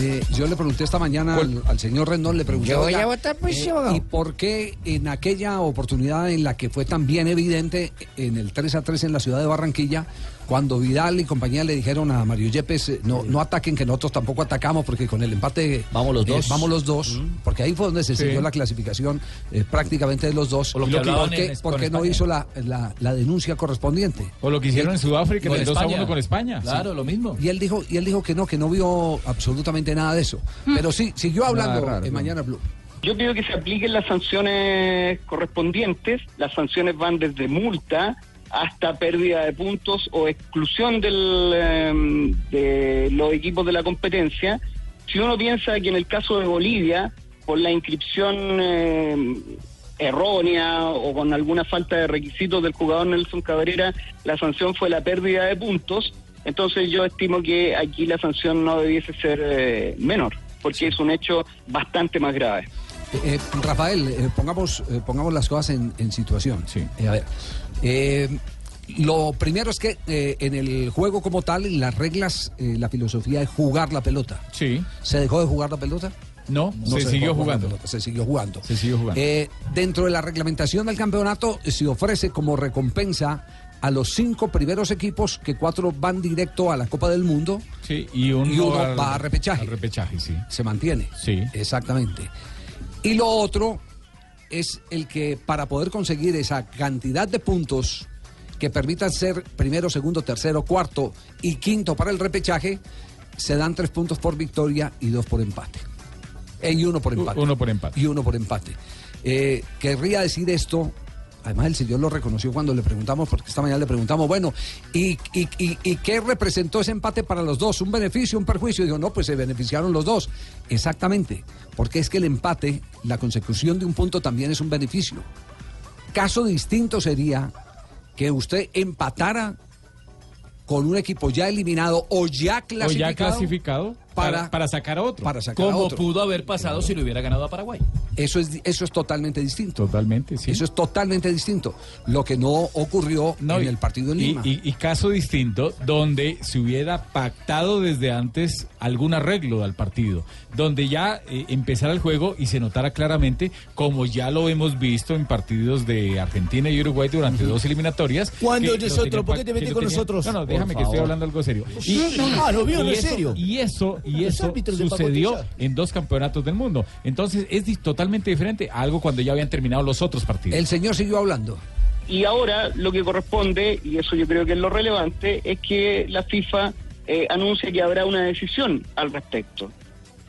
Speaker 10: Eh, yo le pregunté esta mañana al, al señor Rendón, le pregunté.
Speaker 37: Yo voy
Speaker 10: "Oiga,
Speaker 37: a votar por ese
Speaker 10: eh,
Speaker 37: abogado".
Speaker 10: ¿Y por qué en aquella oportunidad en la que fue tan bien evidente en el 3 a 3 en la ciudad de Barranquilla, cuando Vidal y compañía le dijeron a Mario Yepes, eh, no, no ataquen, que nosotros tampoco atacamos, porque con el empate. Vamos
Speaker 11: los
Speaker 30: dos.
Speaker 10: vamos los dos. Porque ahí fue donde se
Speaker 30: Sí.
Speaker 10: siguió la clasificación eh, prácticamente de los dos.
Speaker 24: lo que
Speaker 10: ¿Por qué-
Speaker 24: hablaban
Speaker 10: ¿Por qué,
Speaker 24: en- con
Speaker 10: no
Speaker 24: España.
Speaker 10: hizo la, la- la denuncia correspondiente?
Speaker 24: O lo que hicieron en Sudáfrica, en
Speaker 10: Con
Speaker 24: el 2 a
Speaker 10: España.
Speaker 24: 1 con España.
Speaker 10: Claro,
Speaker 24: lo mismo.
Speaker 10: Y él dijo, y él dijo que no, que no vio absolutamente nada de eso. Pero sí, siguió hablando
Speaker 37: Mm. Nada raro,
Speaker 10: en
Speaker 37: no.
Speaker 10: Mañana Blue.
Speaker 37: Yo pido que se apliquen las sanciones correspondientes. Las sanciones van desde multa hasta pérdida de puntos o exclusión del, em, de los equipos de la competencia. Si uno piensa que en el caso de Bolivia, por la inscripción em, errónea o con alguna falta de requisitos del jugador Nelson Cabrera, la sanción fue la pérdida de puntos. Entonces yo estimo que aquí la sanción no debiese ser eh, menor, porque es un hecho bastante más grave.
Speaker 10: Eh, eh, Rafael, eh, pongamos, eh, pongamos las cosas en, en situación. Eh, a ver, eh, lo primero es que eh, en el juego como tal, en las reglas, eh, la filosofía es jugar la pelota.
Speaker 24: Sí.
Speaker 10: ¿Se dejó de jugar la pelota?
Speaker 24: No, se,
Speaker 10: dejó
Speaker 24: siguió
Speaker 10: de jugar la
Speaker 24: jugando.
Speaker 10: pelota, Se siguió jugando.
Speaker 24: Se siguió jugando.
Speaker 10: Eh, dentro de la reglamentación del campeonato se ofrece como recompensa a los cinco primeros equipos que cuatro van directo a la Copa del Mundo
Speaker 24: sí, y uno,
Speaker 10: y uno
Speaker 24: al-
Speaker 10: va a repechaje.
Speaker 24: al repechaje, sí.
Speaker 10: Se mantiene.
Speaker 24: Sí.
Speaker 10: Exactamente. Y lo otro es el que para poder conseguir esa cantidad de puntos que permitan ser primero, segundo, tercero, cuarto y quinto para el repechaje, se dan tres puntos por victoria y dos por empate. Eh, Y uno por empate.
Speaker 24: Uno por empate.
Speaker 10: Y uno por empate. Eh, querría decir esto, además el señor lo reconoció cuando le preguntamos, porque esta mañana le preguntamos, bueno, ¿y, y, y- y qué representó ese empate para los dos? ¿Un beneficio, un perjuicio? Dijo, no, pues se beneficiaron los dos. Exactamente, porque es que el empate, la consecución de un punto también es un beneficio. Caso distinto sería que usted empatara con un equipo ya eliminado o ya
Speaker 24: O ya
Speaker 10: clasificado.
Speaker 24: clasificado
Speaker 10: para-
Speaker 24: para, para sacar a otro.
Speaker 10: para sacar a
Speaker 30: ¿Cómo
Speaker 10: otro.
Speaker 30: pudo haber pasado si le hubiera ganado a Paraguay?
Speaker 10: Eso es, eso es totalmente distinto.
Speaker 24: Totalmente, sí.
Speaker 10: Eso es totalmente distinto. Lo que no ocurrió en el partido en
Speaker 24: Y-
Speaker 10: Lima.
Speaker 24: Y, y caso distinto, donde se hubiera pactado desde antes algún arreglo al partido, donde ya eh, empezara el juego y se notara claramente, como ya lo hemos visto en partidos de Argentina y Uruguay durante dos eliminatorias.
Speaker 34: ¿Cuándo
Speaker 24: que lo
Speaker 34: nosotros?
Speaker 24: tenían
Speaker 34: ¿Por qué
Speaker 24: pac-
Speaker 34: te metes
Speaker 24: que lo
Speaker 34: con
Speaker 24: tenían-
Speaker 34: nosotros?
Speaker 24: No, no,
Speaker 34: Por
Speaker 24: déjame que estoy
Speaker 34: favor.
Speaker 24: habllo algo serio.
Speaker 34: Ah, lo mío no
Speaker 24: y
Speaker 34: es
Speaker 24: eso-
Speaker 34: serio.
Speaker 24: Y eso, y
Speaker 34: Los
Speaker 24: eso
Speaker 34: árbitros de
Speaker 24: sucedió
Speaker 34: pacotilla.
Speaker 24: en dos campeonatos del mundo. Entonces es di- totalmente diferente a algo cuando ya habían terminado los otros partidos.
Speaker 10: El señor siguió hablando.
Speaker 37: Y ahora lo que corresponde, y eso yo creo que es lo relevante, es que la FIFA eh, anuncia que habrá una decisión al respecto.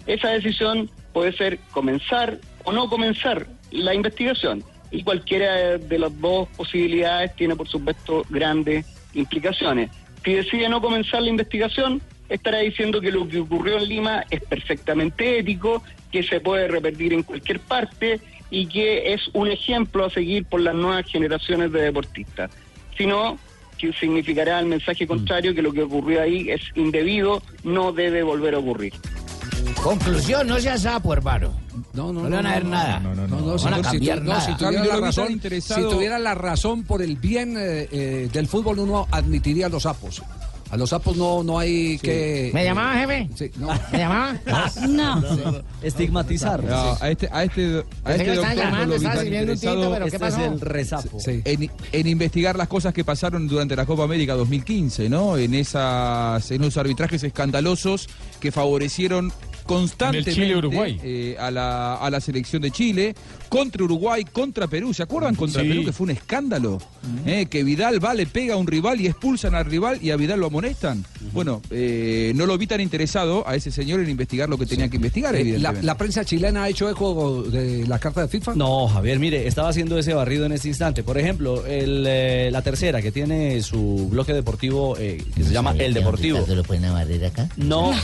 Speaker 37: Esa decisión puede ser comenzar o no comenzar la investigación. Y cualquiera de las dos posibilidades tiene, por supuesto, grandes implicaciones. Si decide no comenzar la investigación, estará diciendo que lo que ocurrió en Lima es perfectamente ético, que se puede repetir en cualquier parte y que es un ejemplo a seguir por las nuevas generaciones de deportistas. Si no, que significará el mensaje contrario que lo que ocurrió ahí es indebido, no debe volver a ocurrir.
Speaker 20: Conclusión, no sea sapo, hermano.
Speaker 10: No, no,
Speaker 20: No le van a dar nada.
Speaker 10: No, no, no.
Speaker 20: No
Speaker 10: no,
Speaker 20: van a
Speaker 10: señor, si
Speaker 20: cambiar
Speaker 10: tu- no,
Speaker 20: nada.
Speaker 10: si tuviera
Speaker 20: Árbitro,
Speaker 10: la
Speaker 20: lo hubiera
Speaker 10: razón-
Speaker 20: interesado-
Speaker 10: si tuviera la razón por el bien eh, eh, del fútbol, uno admitiría los sapos. A los sapos no, no hay que. eh,
Speaker 16: ¿Me llamaba,
Speaker 10: jefe? Sí, no. ¿Me llamaba?
Speaker 16: No.
Speaker 11: Estigmatizar.
Speaker 28: No, a este, a este, a
Speaker 16: Pensé
Speaker 28: este
Speaker 16: que lo estaban
Speaker 28: doctor no
Speaker 16: llamando,
Speaker 28: lo vi
Speaker 16: estaba
Speaker 28: tan
Speaker 16: sirviendo un tinto,
Speaker 28: interesado
Speaker 16: pero ¿qué Este es pasó? el resapo.
Speaker 28: En, en investigar las cosas que pasaron durante la Copa América 2015, ¿no? En esas, en esos arbitrajes escandalosos que favorecieron constantemente
Speaker 24: Chile-Uruguay.
Speaker 28: eh, a, la, a la selección de Chile, contra Uruguay, contra Perú. ¿Se acuerdan contra
Speaker 24: Sí.
Speaker 28: Perú que fue un escándalo?
Speaker 16: Mm.
Speaker 28: Eh, que Vidal va, le pega a un rival y expulsan al rival y a Vidal lo amonestan. Bueno, eh, no lo vi tan interesado a ese señor en investigar lo que tenía que investigar,
Speaker 10: Eh, la,
Speaker 28: evidentemente.
Speaker 10: la prensa chilena ha hecho eco de la carta de FIFA?
Speaker 11: No, Javier, mire, estaba haciendo ese barrido en este instante. Por ejemplo, el, eh, la tercera que tiene su bloque deportivo eh, que se llama El Deportivo.
Speaker 12: ¿Se lo pueden amarrar acá?
Speaker 11: No.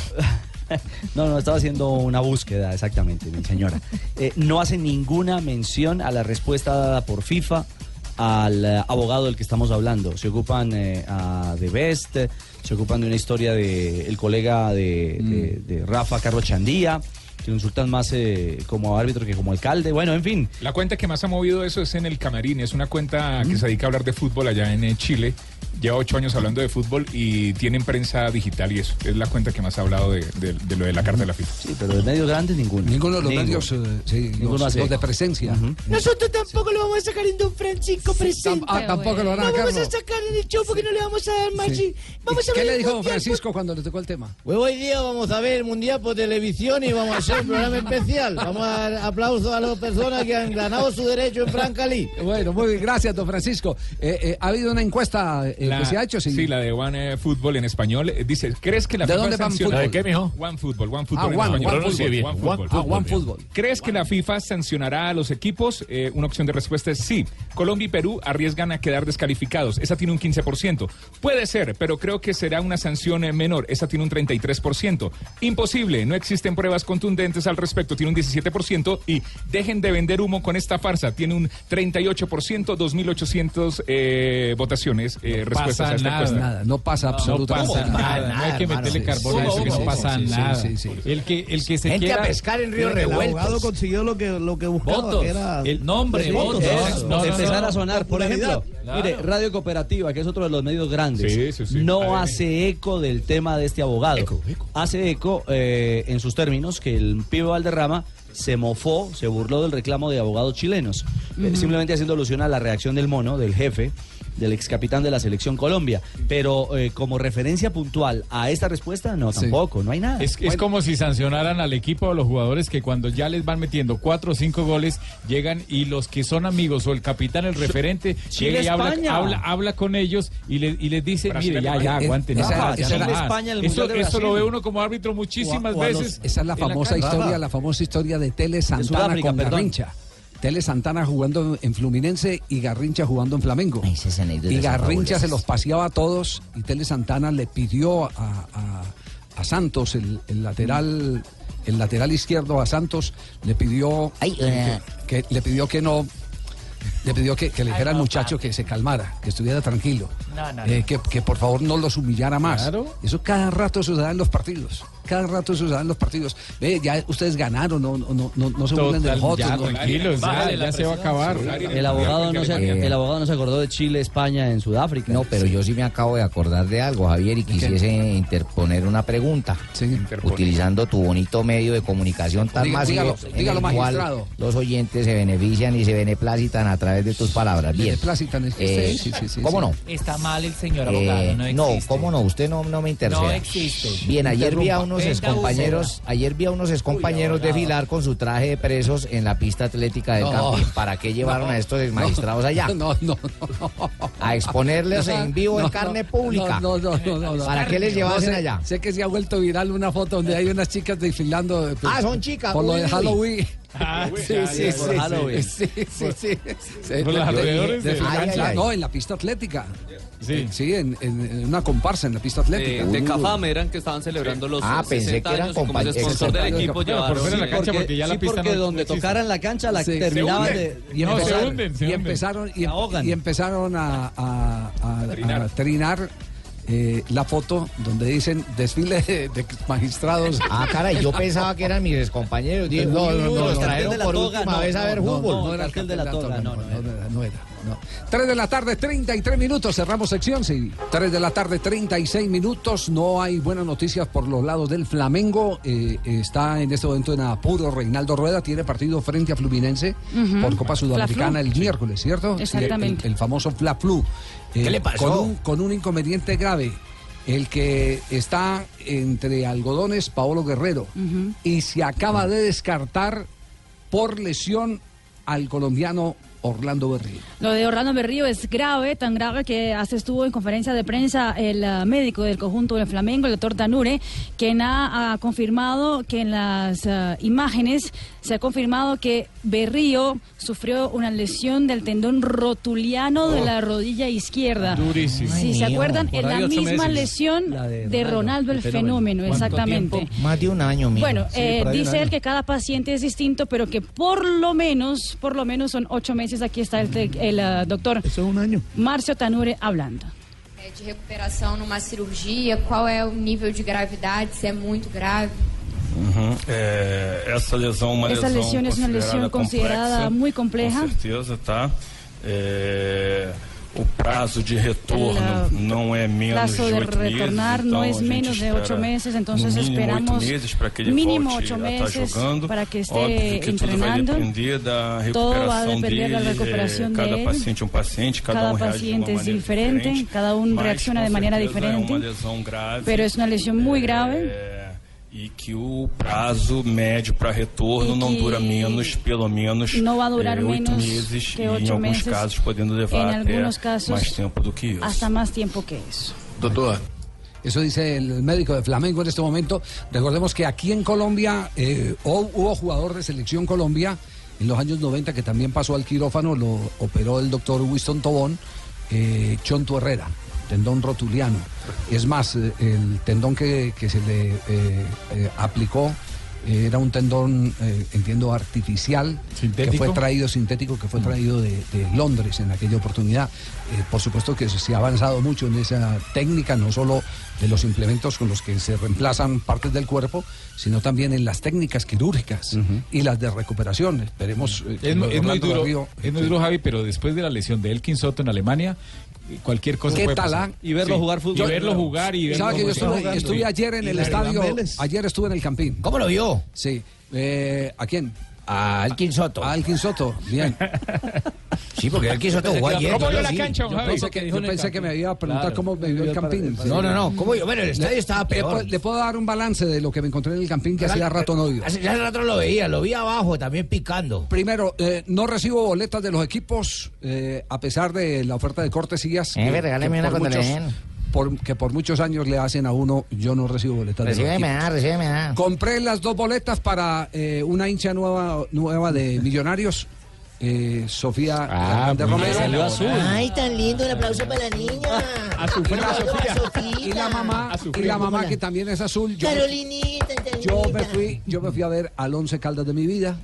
Speaker 11: No, no, estaba haciendo una búsqueda, exactamente, mi señora. Eh, no hace ninguna mención a la respuesta dada por FIFA al eh, abogado del que estamos hablando. Se ocupan eh, a de Best, eh, se ocupan de una historia del colega de, de- de Rafa Carlos Chandía, que lo insultan más eh, como árbitro que como alcalde. Bueno, en fin.
Speaker 21: La cuenta que más ha movido eso es en el Camarín. Es una cuenta que se dedica a hablar de fútbol allá en eh, Chile. Lleva ocho años hablando de fútbol y tienen prensa digital y eso. Es la cuenta que más ha hablado de, de- de lo de la carta de la FIFA.
Speaker 11: Sí, pero de medios grandes ninguno.
Speaker 10: Ninguno de los medios, eh, sí,
Speaker 11: Ninguno
Speaker 10: los,
Speaker 11: hace
Speaker 10: los
Speaker 11: eco.
Speaker 10: de presencia.
Speaker 36: Nosotros tampoco lo vamos a sacar en Don Francisco presente.
Speaker 10: ah, tampoco lo van a
Speaker 36: No
Speaker 10: sacar,
Speaker 36: vamos a
Speaker 10: no.
Speaker 36: sacar en el show porque no le vamos a dar más.
Speaker 10: Sí.
Speaker 36: Vamos a
Speaker 10: ¿Qué
Speaker 36: ver
Speaker 10: le
Speaker 36: el
Speaker 10: dijo don
Speaker 36: mundial,
Speaker 10: Francisco cuando le tocó el tema?
Speaker 16: Pues hoy día vamos a ver el Mundial por televisión y vamos a hacer un programa especial. Vamos a dar aplausos a las personas que han ganado su derecho en Francalí.
Speaker 10: Bueno, muy bien, gracias, don Francisco. Eh, eh, ha habido una encuesta eh,
Speaker 21: La-
Speaker 10: que se ha hecho, sí.
Speaker 21: la de One eh, Fútbol en español. Eh, Dice, ¿crees que la
Speaker 10: ¿De
Speaker 21: FIFA
Speaker 10: dónde Van
Speaker 21: sanciona-
Speaker 10: Fútbol? ¿La de qué, mijo?
Speaker 21: One Fútbol, One Fútbol
Speaker 10: Ah,
Speaker 21: en
Speaker 10: One,
Speaker 21: español.
Speaker 10: One Pronuncie Fútbol, bien.
Speaker 21: One
Speaker 10: One
Speaker 21: Fútbol.
Speaker 10: Fútbol. Ah, One Fútbol.
Speaker 21: ¿Crees que la FIFA sancionará a los equipos? Eh, una opción de respuesta es sí. Colombia y Perú arriesgan a quedar descalificados. Esa tiene un 15%. Puede ser, pero creo que será una sanción eh, menor. Esa tiene un 33%. Imposible. No existen pruebas contundentes al respecto. Tiene un 17%. Y dejen de vender humo con esta farsa. Tiene un 38%, 2.800 eh, votaciones, eh, respuestas a esta encuesta.
Speaker 10: Nada, no pasa absolutamente
Speaker 24: pasa nada, no hay que meterle carbón a eso, que no pasa nada. El que, el que se
Speaker 15: Gente a
Speaker 24: quiera-
Speaker 15: pescar en Río
Speaker 24: el
Speaker 15: Revuelto.
Speaker 24: abogado
Speaker 15: abogado consiguió lo que, lo que buscaba,
Speaker 11: Votos.
Speaker 15: que era...
Speaker 11: El nombre,
Speaker 15: Sí,
Speaker 11: votos.
Speaker 15: votos.
Speaker 11: No, no, empezar
Speaker 15: no,
Speaker 11: a sonar. Por
Speaker 15: popularidad.
Speaker 11: ejemplo, mire, Radio Cooperativa, que es otro de los medios grandes,
Speaker 21: Sí, sí, sí. ADN.
Speaker 11: no hace eco del tema de este abogado. Hace eco eh, en sus términos que el pibe Valderrama se mofó, se burló del reclamo de abogados chilenos, eh,
Speaker 2: Ujú.
Speaker 11: simplemente haciendo alusión a la reacción del mono, del jefe del ex capitán de la selección Colombia, pero eh, como referencia puntual a esta respuesta, no, tampoco, no hay nada.
Speaker 24: Es, es como si sancionaran al equipo o a los jugadores que cuando ya les van metiendo cuatro o cinco goles, llegan y los que son amigos o el capitán, el referente,
Speaker 11: Chile,
Speaker 24: llega y habla,
Speaker 11: España.
Speaker 24: habla, habla con ellos y, le- y les dice,
Speaker 11: Brasil,
Speaker 24: mire, ya,
Speaker 11: Alemania.
Speaker 24: ya, aguanten.
Speaker 11: Eh,
Speaker 24: no
Speaker 11: esa-
Speaker 24: más, ya
Speaker 11: esa
Speaker 24: no
Speaker 11: es la
Speaker 24: más".
Speaker 11: España del
Speaker 24: Eso,
Speaker 11: Mundial de
Speaker 24: eso lo
Speaker 11: Brasil.
Speaker 24: ve uno como árbitro muchísimas
Speaker 10: O a los-
Speaker 24: veces.
Speaker 10: esa es la
Speaker 24: en la
Speaker 10: famosa
Speaker 24: cancha.
Speaker 10: historia, la famosa historia de Tele Santana
Speaker 11: Sudáfrica,
Speaker 10: con
Speaker 11: perdón.
Speaker 10: Garrincha. Tele Santana jugando en Fluminense y Garrincha jugando en Flamengo. y
Speaker 12: son
Speaker 10: Garrincha
Speaker 12: fabulosas.
Speaker 10: se los paseaba a todos y Tele Santana le pidió a, a- a Santos, el, el lateral el lateral izquierdo a Santos, le pidió
Speaker 12: eh.
Speaker 10: que, que- le pidió que no le pidió que, que le dijera al muchacho que se calmara, que estuviera tranquilo.
Speaker 8: No, no,
Speaker 10: Eh,
Speaker 8: no.
Speaker 10: que, que por favor no los humillara más.
Speaker 8: Claro.
Speaker 10: Eso cada rato se da en los partidos. Cada rato se da en los partidos. Ve, ya ustedes ganaron, no, no, no, no, no se burlen del Joto.
Speaker 24: ya,
Speaker 10: no.
Speaker 24: tranquilos, ya, ya se va a acabar.
Speaker 11: El abogado, no se, el abogado no se acordó de Chile, España en Sudáfrica.
Speaker 12: Eh, No, pero yo sí me acabo de acordar de algo, Javier, y quisiese interponer una pregunta. Utilizando tu bonito medio de comunicación tan
Speaker 10: Diga-
Speaker 12: masivo,
Speaker 10: dígalo,
Speaker 12: en
Speaker 10: dígalo,
Speaker 12: el cual
Speaker 10: magistrado.
Speaker 12: los oyentes se benefician y se beneplacitan a través de tus palabras. Bien. Eh,
Speaker 10: Beneplacitan, es que sí, sí, sí, sí,
Speaker 12: ¿Cómo
Speaker 10: sí.
Speaker 12: no?
Speaker 8: Está mal el señor abogado,
Speaker 12: Eh,
Speaker 8: no
Speaker 12: no,
Speaker 8: existe.
Speaker 12: cómo no, usted no, no me intercede.
Speaker 8: No existe.
Speaker 12: Bien, ayer vi a
Speaker 8: Interrumpa.
Speaker 12: unos
Speaker 8: Venga,
Speaker 12: excompañeros,
Speaker 8: abogado.
Speaker 12: ayer vi a unos excompañeros
Speaker 8: abogado.
Speaker 12: desfilar con su traje de presos en la pista atlética del
Speaker 10: No.
Speaker 12: Campín. ¿Para qué llevaron
Speaker 10: No,
Speaker 12: a estos
Speaker 10: no,
Speaker 12: magistrados allá?
Speaker 10: No, no,
Speaker 12: A exponerles en vivo en
Speaker 10: No,
Speaker 12: carne
Speaker 10: no,
Speaker 12: pública.
Speaker 10: No, no, no, no, no.
Speaker 12: ¿Para qué les llevasen
Speaker 10: No sé,
Speaker 12: allá?
Speaker 10: Sé que se ha vuelto viral una foto donde hay unas chicas desfilando. eh, pues,
Speaker 12: Ah, son chicas,
Speaker 10: Por lo
Speaker 12: uy,
Speaker 10: de
Speaker 12: uy.
Speaker 10: Halloween.
Speaker 12: Ah,
Speaker 10: sí,
Speaker 12: ya,
Speaker 10: sí,
Speaker 12: ya,
Speaker 10: sí,
Speaker 12: por
Speaker 10: sí.
Speaker 12: Halloween.
Speaker 10: Sí, sí, sí. Sí,
Speaker 12: Por los
Speaker 10: de-
Speaker 12: alrededores
Speaker 10: de-
Speaker 12: de-
Speaker 10: de-
Speaker 12: Ay, ay, ay.
Speaker 10: No, en la pista atlética.
Speaker 24: Sí,
Speaker 10: en, en- en una comparsa en la pista atlética.
Speaker 8: Eh,
Speaker 10: Uh.
Speaker 17: de Cafam eran que estaban celebrando los
Speaker 10: Ah, pensé
Speaker 17: 60
Speaker 10: que eran
Speaker 17: años y como es
Speaker 10: compañeros.
Speaker 17: sponsor del
Speaker 10: Exacto.
Speaker 17: equipo
Speaker 10: Pero
Speaker 17: llevaron
Speaker 10: por fuera de la
Speaker 17: sí,
Speaker 10: cancha, porque ya la
Speaker 17: sí,
Speaker 10: pista
Speaker 17: porque
Speaker 10: no-
Speaker 17: donde
Speaker 10: no existe.
Speaker 17: tocaran la cancha la
Speaker 10: Sí.
Speaker 17: terminaban
Speaker 10: Se
Speaker 17: de
Speaker 10: hunden. y
Speaker 17: No, se
Speaker 10: empezaron,
Speaker 17: hunden, se
Speaker 10: y
Speaker 17: hunden.
Speaker 10: empezaron, y, em-,
Speaker 17: Se ahogan.
Speaker 10: y empezaron a, a- a- a
Speaker 17: trinar.
Speaker 10: trinar, eh, la foto donde dicen desfile de, de magistrados.
Speaker 12: Ah, caray, yo pensaba que eran mis excompañeros. Dije,
Speaker 10: No,
Speaker 12: uy,
Speaker 10: no,
Speaker 12: uy,
Speaker 10: no,
Speaker 12: los
Speaker 10: no,
Speaker 12: trajeron
Speaker 10: no,
Speaker 12: por
Speaker 10: no,
Speaker 12: última
Speaker 10: no,
Speaker 12: vez a ver
Speaker 10: no,
Speaker 12: fútbol.
Speaker 10: no, no era el cartel de la toga, no, no era, no era. No. 3 de la tarde, 33 minutos. Cerramos sección, sí. 3 de la tarde, 36 minutos. No hay buenas noticias por los lados del Flamengo. Eh, está en este momento en apuro Reinaldo Rueda. Tiene partido frente a Fluminense
Speaker 29: Ujú.
Speaker 10: por Copa Sudamericana
Speaker 29: Fla-Flu.
Speaker 10: el miércoles, ¿cierto? Sí,
Speaker 29: Exactamente.
Speaker 10: el, el famoso Fla Flu.
Speaker 29: ¿Qué le pasó?
Speaker 10: Con un, con un inconveniente grave. El que está entre algodones, Paolo Guerrero. Y se acaba de descartar por lesión al colombiano Orlando Berrío.
Speaker 13: Lo de Orlando Berrío es grave, tan grave que hace estuvo en conferencia de prensa el ah, médico del conjunto del Flamengo, el doctor Danure, quien ha, ha confirmado que en las ah, imágenes se ha confirmado que Berrío sufrió una lesión del tendón rotuliano de
Speaker 24: Oh.
Speaker 13: la rodilla izquierda.
Speaker 24: Durísimo.
Speaker 13: Si
Speaker 24: Ay,
Speaker 13: se
Speaker 24: mío.
Speaker 13: acuerdan,
Speaker 24: Por
Speaker 13: es
Speaker 24: ahí
Speaker 13: la
Speaker 24: ocho
Speaker 13: misma
Speaker 24: meses.
Speaker 13: lesión
Speaker 24: La de
Speaker 13: de,
Speaker 24: Ronaldo,
Speaker 13: Ronaldo el
Speaker 24: el fenómeno.
Speaker 13: fenómeno,
Speaker 24: ¿Cuánto
Speaker 13: exactamente.
Speaker 24: tiempo?
Speaker 36: Más de un año, mira.
Speaker 13: Bueno, eh, dice él que cada paciente es distinto, pero que por lo menos, por lo menos son ocho meses. Aquí está el, tec- el, ah, doctor. Marcio Tanure hablando.
Speaker 31: É, de recuperação numa cirurgia, qual é o nível de gravidade, se é muito grave.
Speaker 2: Uhum. É, essa lesão é uma
Speaker 13: Essa
Speaker 2: lesão
Speaker 13: lesión es una
Speaker 2: considerada
Speaker 13: lesión considerada
Speaker 2: complexa,
Speaker 13: muy compleja.
Speaker 2: Com certeza, tá? É, o prazo de retorno
Speaker 13: La-
Speaker 2: não é menos
Speaker 13: plazo
Speaker 2: de
Speaker 13: de
Speaker 2: oito meses.
Speaker 13: retornar no
Speaker 2: então a
Speaker 13: es
Speaker 2: gente
Speaker 13: menos de
Speaker 2: espera
Speaker 13: ocho meses, entonces
Speaker 2: no mínimo
Speaker 13: esperamos
Speaker 2: oito meses para que ele
Speaker 13: mínimo
Speaker 2: volte
Speaker 13: ocho
Speaker 2: a estar
Speaker 13: meses
Speaker 2: jogando.
Speaker 13: para que esté
Speaker 2: Óbvio que tudo vai
Speaker 13: entrenando.
Speaker 2: depender da
Speaker 13: Todo va a
Speaker 2: recuperação
Speaker 13: depender
Speaker 2: dele.
Speaker 13: da recuperação
Speaker 2: é, cada
Speaker 13: dele.
Speaker 2: paciente é um paciente, cada,
Speaker 13: Cada
Speaker 2: um reage de uma
Speaker 13: paciente es
Speaker 2: maneira
Speaker 13: diferente, cada uno
Speaker 2: mas,
Speaker 13: reacciona
Speaker 2: com
Speaker 13: de manera
Speaker 2: certeza, É uma
Speaker 13: diferente,
Speaker 2: lesão grave.
Speaker 13: pero es una lesión
Speaker 2: Eh,
Speaker 13: muy grave.
Speaker 2: E que o prazo médio para retorno
Speaker 13: E
Speaker 2: não
Speaker 13: que
Speaker 2: dura menos, pelo menos,
Speaker 13: não vai durar
Speaker 2: eh, oito
Speaker 13: menos
Speaker 2: meses,
Speaker 13: que
Speaker 2: e em
Speaker 13: oito
Speaker 2: alguns
Speaker 13: meses,
Speaker 2: casos podendo levar
Speaker 13: em
Speaker 2: até
Speaker 13: alguns casos,
Speaker 2: mais tempo do que isso.
Speaker 13: Hasta más tiempo que eso.
Speaker 10: Doctor. Eso dice el médico de Flamengo en este momento. Recordemos que aquí en Colombia eh, hu- hubo jugador de selección Colombia en los años 90 que también pasó al quirófano, lo operó el doctor Winston Tobón, eh, Chonto Herrera, tendón rotuliano. Es más, eh, el tendón que, que se le eh, eh, aplicó eh, era un tendón, eh, entiendo, artificial, que fue
Speaker 24: ¿Sintético?
Speaker 10: traído sintético, que fue traído de, de Londres en aquella oportunidad. Eh, por supuesto que se ha avanzado mucho en esa técnica, no solo de los implementos con los que se reemplazan partes del cuerpo, sino también en las técnicas quirúrgicas y las de recuperación. Esperemos. eh, este, que
Speaker 24: Es, mu-
Speaker 10: lo de
Speaker 24: es muy
Speaker 10: Orlando
Speaker 24: duro,
Speaker 10: Berrío-
Speaker 24: es muy duro, Javi, pero después de la lesión de Elkin Soto en Alemania, cualquier cosa
Speaker 10: ¿Qué
Speaker 24: puede
Speaker 10: tal?
Speaker 24: pasar.
Speaker 10: ah?
Speaker 24: Sí. Y verlo jugar y ver
Speaker 10: ¿Sabe que
Speaker 24: cómo
Speaker 10: yo
Speaker 24: está
Speaker 10: estuve,
Speaker 24: jugando?
Speaker 10: estuve
Speaker 24: Sí.
Speaker 10: ayer en
Speaker 24: Y
Speaker 10: el
Speaker 24: la verdad,
Speaker 10: estadio.
Speaker 24: Vélez.
Speaker 10: Ayer estuve en el Campín.
Speaker 24: ¿Cómo lo vio?
Speaker 10: Sí. Eh, ¿A quién? A Alkin Soto. A Alkin Soto, bien.
Speaker 29: Sí, porque él quiso todo jugar ayer. Sí.
Speaker 10: ¿eh? Yo pensé que, yo pensé que me iba a preguntar
Speaker 29: Claro.
Speaker 10: cómo me vio el Campín.
Speaker 29: No, no, no, ¿cómo yo? Bueno, el
Speaker 10: Le-
Speaker 29: estadio estaba
Speaker 10: le
Speaker 29: peor.
Speaker 10: puedo- Le, puedo dar un balance de lo que me encontré en el Campín que
Speaker 29: Pero
Speaker 10: hacía
Speaker 29: al-
Speaker 10: rato no vio.
Speaker 29: Hace ya hace rato lo veía, lo vi abajo también picando.
Speaker 10: Primero, eh, no recibo boletas de los equipos, eh, a pesar de la oferta de cortesías.
Speaker 29: Eh,
Speaker 10: que-
Speaker 29: regáleme
Speaker 10: que
Speaker 29: una
Speaker 10: por
Speaker 29: cuando
Speaker 10: muchos-
Speaker 29: le den.
Speaker 10: por- que por muchos años le hacen a uno, yo no recibo boletas de los
Speaker 29: Recíbeme,
Speaker 10: equipos.
Speaker 29: ah, recíbeme, ah.
Speaker 10: Compré las dos boletas para eh, una hincha nueva, nueva de Millonarios, eh, Sofía de
Speaker 29: Ah, muy bien.
Speaker 10: Romero.
Speaker 29: Salió azul. Ay, tan lindo, un aplauso para la niña. A su
Speaker 10: Y la mamá, y la mamá que también es azul. Yo,
Speaker 29: Carolinita, tan
Speaker 10: yo
Speaker 29: linda.
Speaker 10: me fui, yo me fui a ver al Once Caldas de mi vida.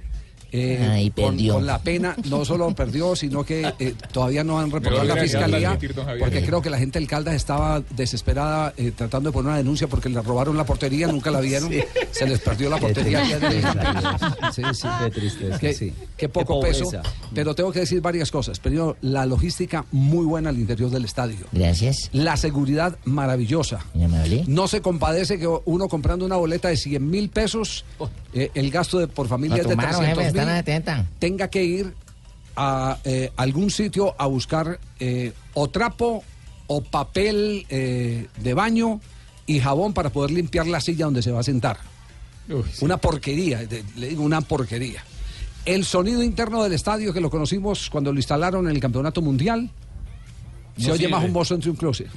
Speaker 10: eh, con,
Speaker 29: perdió.
Speaker 10: con la pena, no solo perdió, sino que eh, todavía no han reportado
Speaker 21: Pero
Speaker 10: la
Speaker 21: hubiera quedado
Speaker 10: fiscalía,
Speaker 21: admitir, don Javier.
Speaker 10: porque creo que la gente del Caldas estaba desesperada eh, tratando de poner una denuncia porque le robaron la portería, nunca la vieron,
Speaker 29: Sí.
Speaker 10: se les perdió la
Speaker 29: Qué
Speaker 10: portería.
Speaker 29: tristeza.
Speaker 10: Sí, sí.
Speaker 29: Qué tristeza,
Speaker 10: Qué-
Speaker 29: sí.
Speaker 10: qué poco
Speaker 29: Qué
Speaker 10: peso.
Speaker 29: pobreza. Mm.
Speaker 10: Pero tengo que decir varias cosas. Primero, la logística muy buena al interior del estadio. Gracias. La seguridad maravillosa. No se compadece que uno comprando una boleta de 100 mil pesos, eh, el gasto de por familia
Speaker 29: Oh. Lo
Speaker 10: es de
Speaker 29: tomaron,
Speaker 10: 300
Speaker 29: jefe, están
Speaker 10: mil, tenga que ir a eh, algún sitio a buscar eh, o trapo o papel eh, de baño y jabón para poder limpiar la silla donde se va a sentar. Una porquería, de- le digo una porquería. El sonido interno del estadio que lo conocimos cuando lo instalaron en el Campeonato Mundial, se
Speaker 29: No
Speaker 10: oye más
Speaker 29: sirve.
Speaker 10: un mozo entre un closet.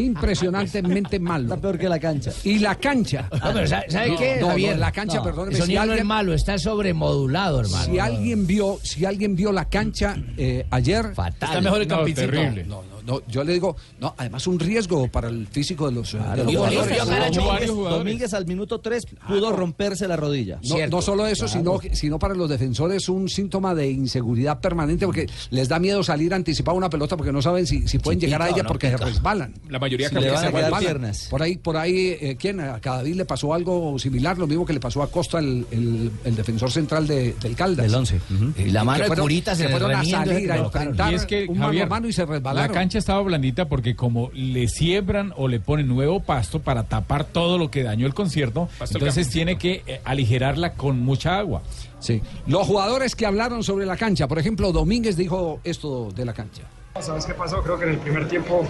Speaker 10: Impresionantemente malo. Está peor que la cancha. Y la cancha.
Speaker 29: No, Ah, pero ¿sabe, sabe
Speaker 10: No,
Speaker 29: qué?
Speaker 10: no,
Speaker 29: Javier?
Speaker 10: no, la cancha,
Speaker 29: No,
Speaker 10: perdóneme.
Speaker 29: El
Speaker 10: si
Speaker 29: sonido no es
Speaker 10: alguien-
Speaker 29: malo, está sobremodulado, hermano.
Speaker 10: si alguien vio, si alguien vio la cancha eh, ayer,
Speaker 29: Está mejor el No, campincito. terrible.
Speaker 10: No, no, no, yo le digo, no, además un riesgo para el físico de los, de los
Speaker 11: Domínguez,
Speaker 10: jugadores.
Speaker 11: Domínguez al minuto 3 pudo romperse la rodilla.
Speaker 10: No, no solo eso, sino, sino para los defensores un síntoma de inseguridad permanente porque les da miedo salir anticipado una pelota porque no saben si, si pueden
Speaker 21: Si
Speaker 10: llegar a
Speaker 21: pica o
Speaker 10: ella
Speaker 21: no
Speaker 10: porque
Speaker 21: pica.
Speaker 10: se resbalan.
Speaker 21: La mayoría
Speaker 10: Se
Speaker 21: creo
Speaker 10: le
Speaker 21: que
Speaker 10: van
Speaker 21: se
Speaker 10: a quedar
Speaker 21: resbalan.
Speaker 10: piernas. Por ahí, por ahí eh, ¿quién? A Cadavid le pasó algo similar, lo mismo que le pasó a Costa, el, el- el defensor central de- del Caldas. Eh,
Speaker 12: Del once, ujú. Y la
Speaker 10: Que
Speaker 12: mano de
Speaker 10: fueron-
Speaker 12: Purita se
Speaker 10: que
Speaker 12: le
Speaker 10: fueron a
Speaker 12: remiendo,
Speaker 10: salir, a
Speaker 12: no, claro.
Speaker 10: enfrentar
Speaker 24: Y es que,
Speaker 10: un mano
Speaker 24: Javier,
Speaker 10: a mano y se
Speaker 24: La
Speaker 10: resbalaron.
Speaker 24: cancha estaba blandita porque como le siembran o le ponen nuevo pasto para tapar todo lo que dañó el concierto,
Speaker 10: Pasto
Speaker 24: entonces tiene
Speaker 10: campesino.
Speaker 24: que eh, aligerarla con mucha agua.
Speaker 10: Sí. Los jugadores que hablaron sobre la cancha, por ejemplo, Domínguez dijo esto de la cancha.
Speaker 35: ¿Sabes qué pasó? Creo que en el primer tiempo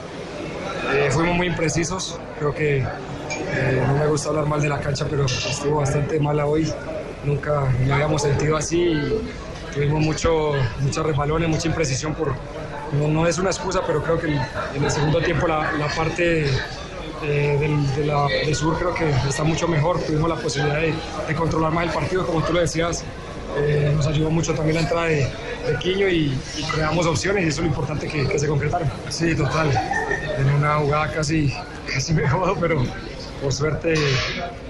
Speaker 35: eh, fuimos muy imprecisos. Creo que eh, no me gusta hablar mal de la cancha, pero estuvo bastante mala hoy. Nunca la habíamos sentido así. y tuvimos mucho, muchos resbalones, mucha imprecisión. Por, no, no es una excusa, pero creo que el- en el segundo tiempo la, la parte eh, del, de la- del sur creo que está mucho mejor. Tuvimos la posibilidad de, de controlar más el partido, como tú lo decías. Eh, nos ayudó mucho también la entrada de, de Quiño y, y creamos opciones y eso es lo importante que, que se concretaron. Sí, total. En una jugada casi, casi me jodo, pero por suerte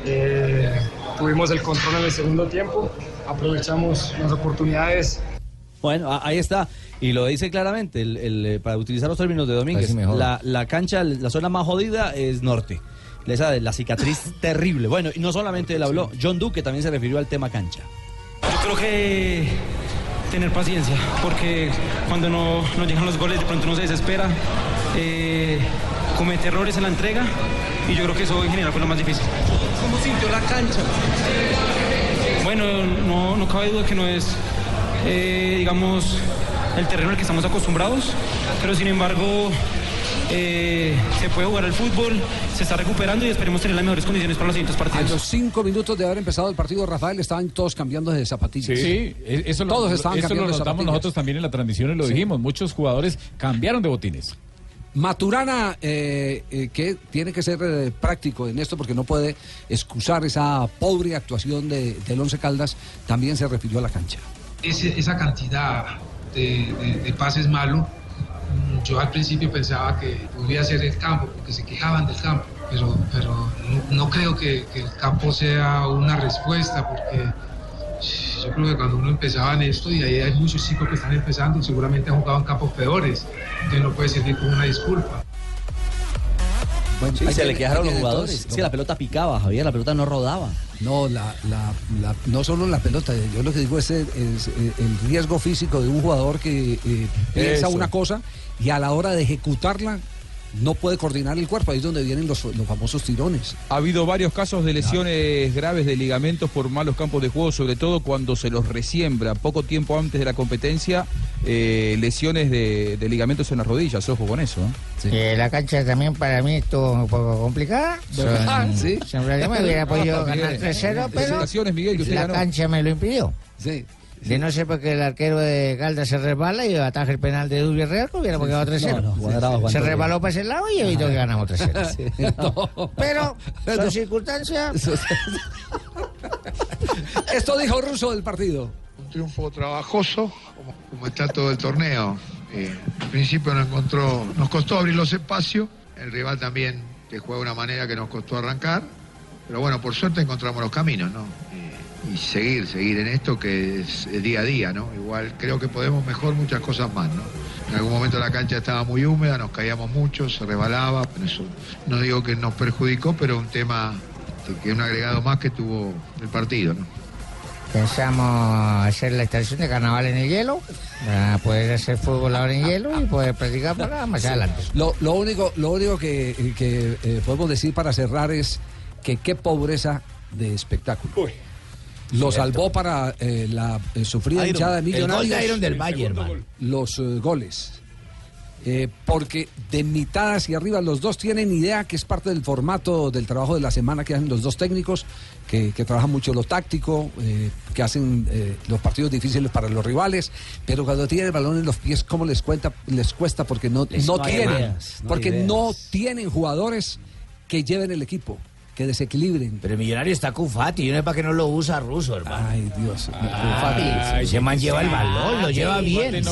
Speaker 35: eh, tuvimos el control en el segundo tiempo, aprovechamos las oportunidades.
Speaker 11: Bueno, a- ahí está. Y lo dice claramente, el- el, eh, para utilizar los términos de Domínguez,
Speaker 12: Casi mejor.
Speaker 11: la, la cancha, la zona más jodida es norte. Esa de la cicatriz terrible. Bueno, y no solamente él habló, John Duque también se refirió al tema cancha.
Speaker 18: Yo creo que tener paciencia, porque cuando no, no llegan los goles de pronto uno se desespera, eh, comete errores en la entrega y yo creo que eso en general fue lo más difícil.
Speaker 19: ¿Cómo sintió la cancha?
Speaker 18: Bueno, no, no cabe duda que no es, eh, digamos, el terreno al que estamos acostumbrados, pero sin embargo eh, se puede jugar al fútbol, se está recuperando y esperemos tener las mejores condiciones para los siguientes
Speaker 10: A
Speaker 18: partidos.
Speaker 10: los cinco minutos de haber empezado el partido, Rafael, estaban todos cambiando de zapatillas.
Speaker 24: Sí, e- eso lo,
Speaker 10: todos
Speaker 24: lo-
Speaker 10: estaban
Speaker 24: eso lo
Speaker 10: cambiando
Speaker 24: notamos
Speaker 10: de zapatillas.
Speaker 24: nosotros también en la transmisión y lo
Speaker 10: Sí.
Speaker 24: dijimos. Muchos jugadores cambiaron de botines.
Speaker 10: Maturana, eh, eh, que tiene que ser eh, práctico en esto porque no puede excusar esa pobre actuación de, del Once Caldas, también se refirió a la cancha.
Speaker 22: ese- esa cantidad de, de- de pases malo, mm, yo al principio pensaba que podía ser el campo, porque se quejaban del campo, pero, pero no, no creo que, que el campo sea una respuesta, porque yo creo que cuando uno empezaba en esto, y ahí hay muchos chicos que están empezando y seguramente han jugado en campos peores, entonces no puede servir como una disculpa.
Speaker 10: Bueno,
Speaker 11: y
Speaker 10: ahí
Speaker 11: se
Speaker 10: tiene-
Speaker 11: le quejaron
Speaker 10: ahí
Speaker 11: los
Speaker 10: tiene
Speaker 11: jugadores.
Speaker 10: entonces,
Speaker 11: es que la pelota picaba, Javier, la pelota no rodaba.
Speaker 10: No, la, la- la- no solo la pelota, yo lo que digo es el, es, eh, el riesgo físico de un jugador que eh, piensa
Speaker 11: Eso.
Speaker 10: una cosa y a la hora de ejecutarla no puede coordinar el cuerpo, ahí es donde vienen los, los famosos tirones.
Speaker 28: Ha habido varios casos de lesiones graves de ligamentos por malos campos de juego, sobre todo cuando se los resiembra poco tiempo antes de la competencia, eh, lesiones de, de ligamentos en las rodillas, ojo con eso.
Speaker 32: Eh, la cancha también para mí estuvo un poco complicada.
Speaker 28: Ah, sí. Ah,
Speaker 32: Siempre yo me hubiera podido
Speaker 28: Miguel.
Speaker 32: ganar 3-0, pero
Speaker 28: Felicitaciones, Miguel, que usted
Speaker 32: la
Speaker 28: ganó.
Speaker 32: cancha me lo impidió.
Speaker 10: Sí.
Speaker 32: De no ser porque el arquero de Caldas se resbala y ataja el penal de Dubier Real, que hubiéramos quedado 3-0.
Speaker 11: No, no, cuadrado,
Speaker 32: se
Speaker 11: cuadrado.
Speaker 32: resbaló para ese lado y evitó que ganamos 3-0.
Speaker 10: Pero,
Speaker 32: son circunstancias.
Speaker 10: Esto dijo Russo del partido.
Speaker 33: Un triunfo trabajoso, como, como está todo el torneo. Eh, al principio nos, encontró, nos costó abrir los espacios, el rival también te juega de una manera que nos costó arrancar, pero bueno, por suerte encontramos los caminos, ¿no? Eh, y seguir, seguir en esto que es el día a día, ¿no? Igual creo que podemos mejor muchas cosas más, ¿no? En algún momento la cancha estaba muy húmeda, nos caíamos mucho, se rebalaba, pero eso no digo que nos perjudicó, pero un tema este, que un agregado más que tuvo el partido, ¿no?
Speaker 32: Pensamos hacer la instalación de carnaval en el hielo, para poder hacer fútbol ahora en hielo y poder practicar para más
Speaker 10: Sí.
Speaker 32: adelante.
Speaker 10: Lo, lo único, lo único que, que, eh, podemos decir para cerrar es que qué pobreza de espectáculo. Lo
Speaker 32: Cierto.
Speaker 10: salvó para eh, la eh, sufrida
Speaker 32: Iron,
Speaker 10: hinchada de
Speaker 32: el gol de
Speaker 10: Millonarios.
Speaker 32: Iron del El Valle, segundo hermano. gol.
Speaker 10: Los eh, goles. Eh, porque de mitad hacia arriba los dos tienen idea que es parte del formato del trabajo de la semana que hacen los dos técnicos, que, que trabajan mucho lo táctico, eh, que hacen eh, los partidos difíciles para los rivales, pero cuando tienen el balón en los pies, ¿cómo les cuenta, les cuesta? Porque no,
Speaker 11: Les-
Speaker 10: no
Speaker 11: no hay
Speaker 10: tienen,
Speaker 11: ideas, no hay
Speaker 10: porque
Speaker 11: ideas.
Speaker 10: no tienen jugadores que lleven el equipo. que desequilibren.
Speaker 12: Pero Millonario está con Fati, yo no sé para qué no lo usa Russo, hermano.
Speaker 10: Ay, Dios. Ah,
Speaker 12: Ay, ese man lleva el balón, lo lleva bien. Él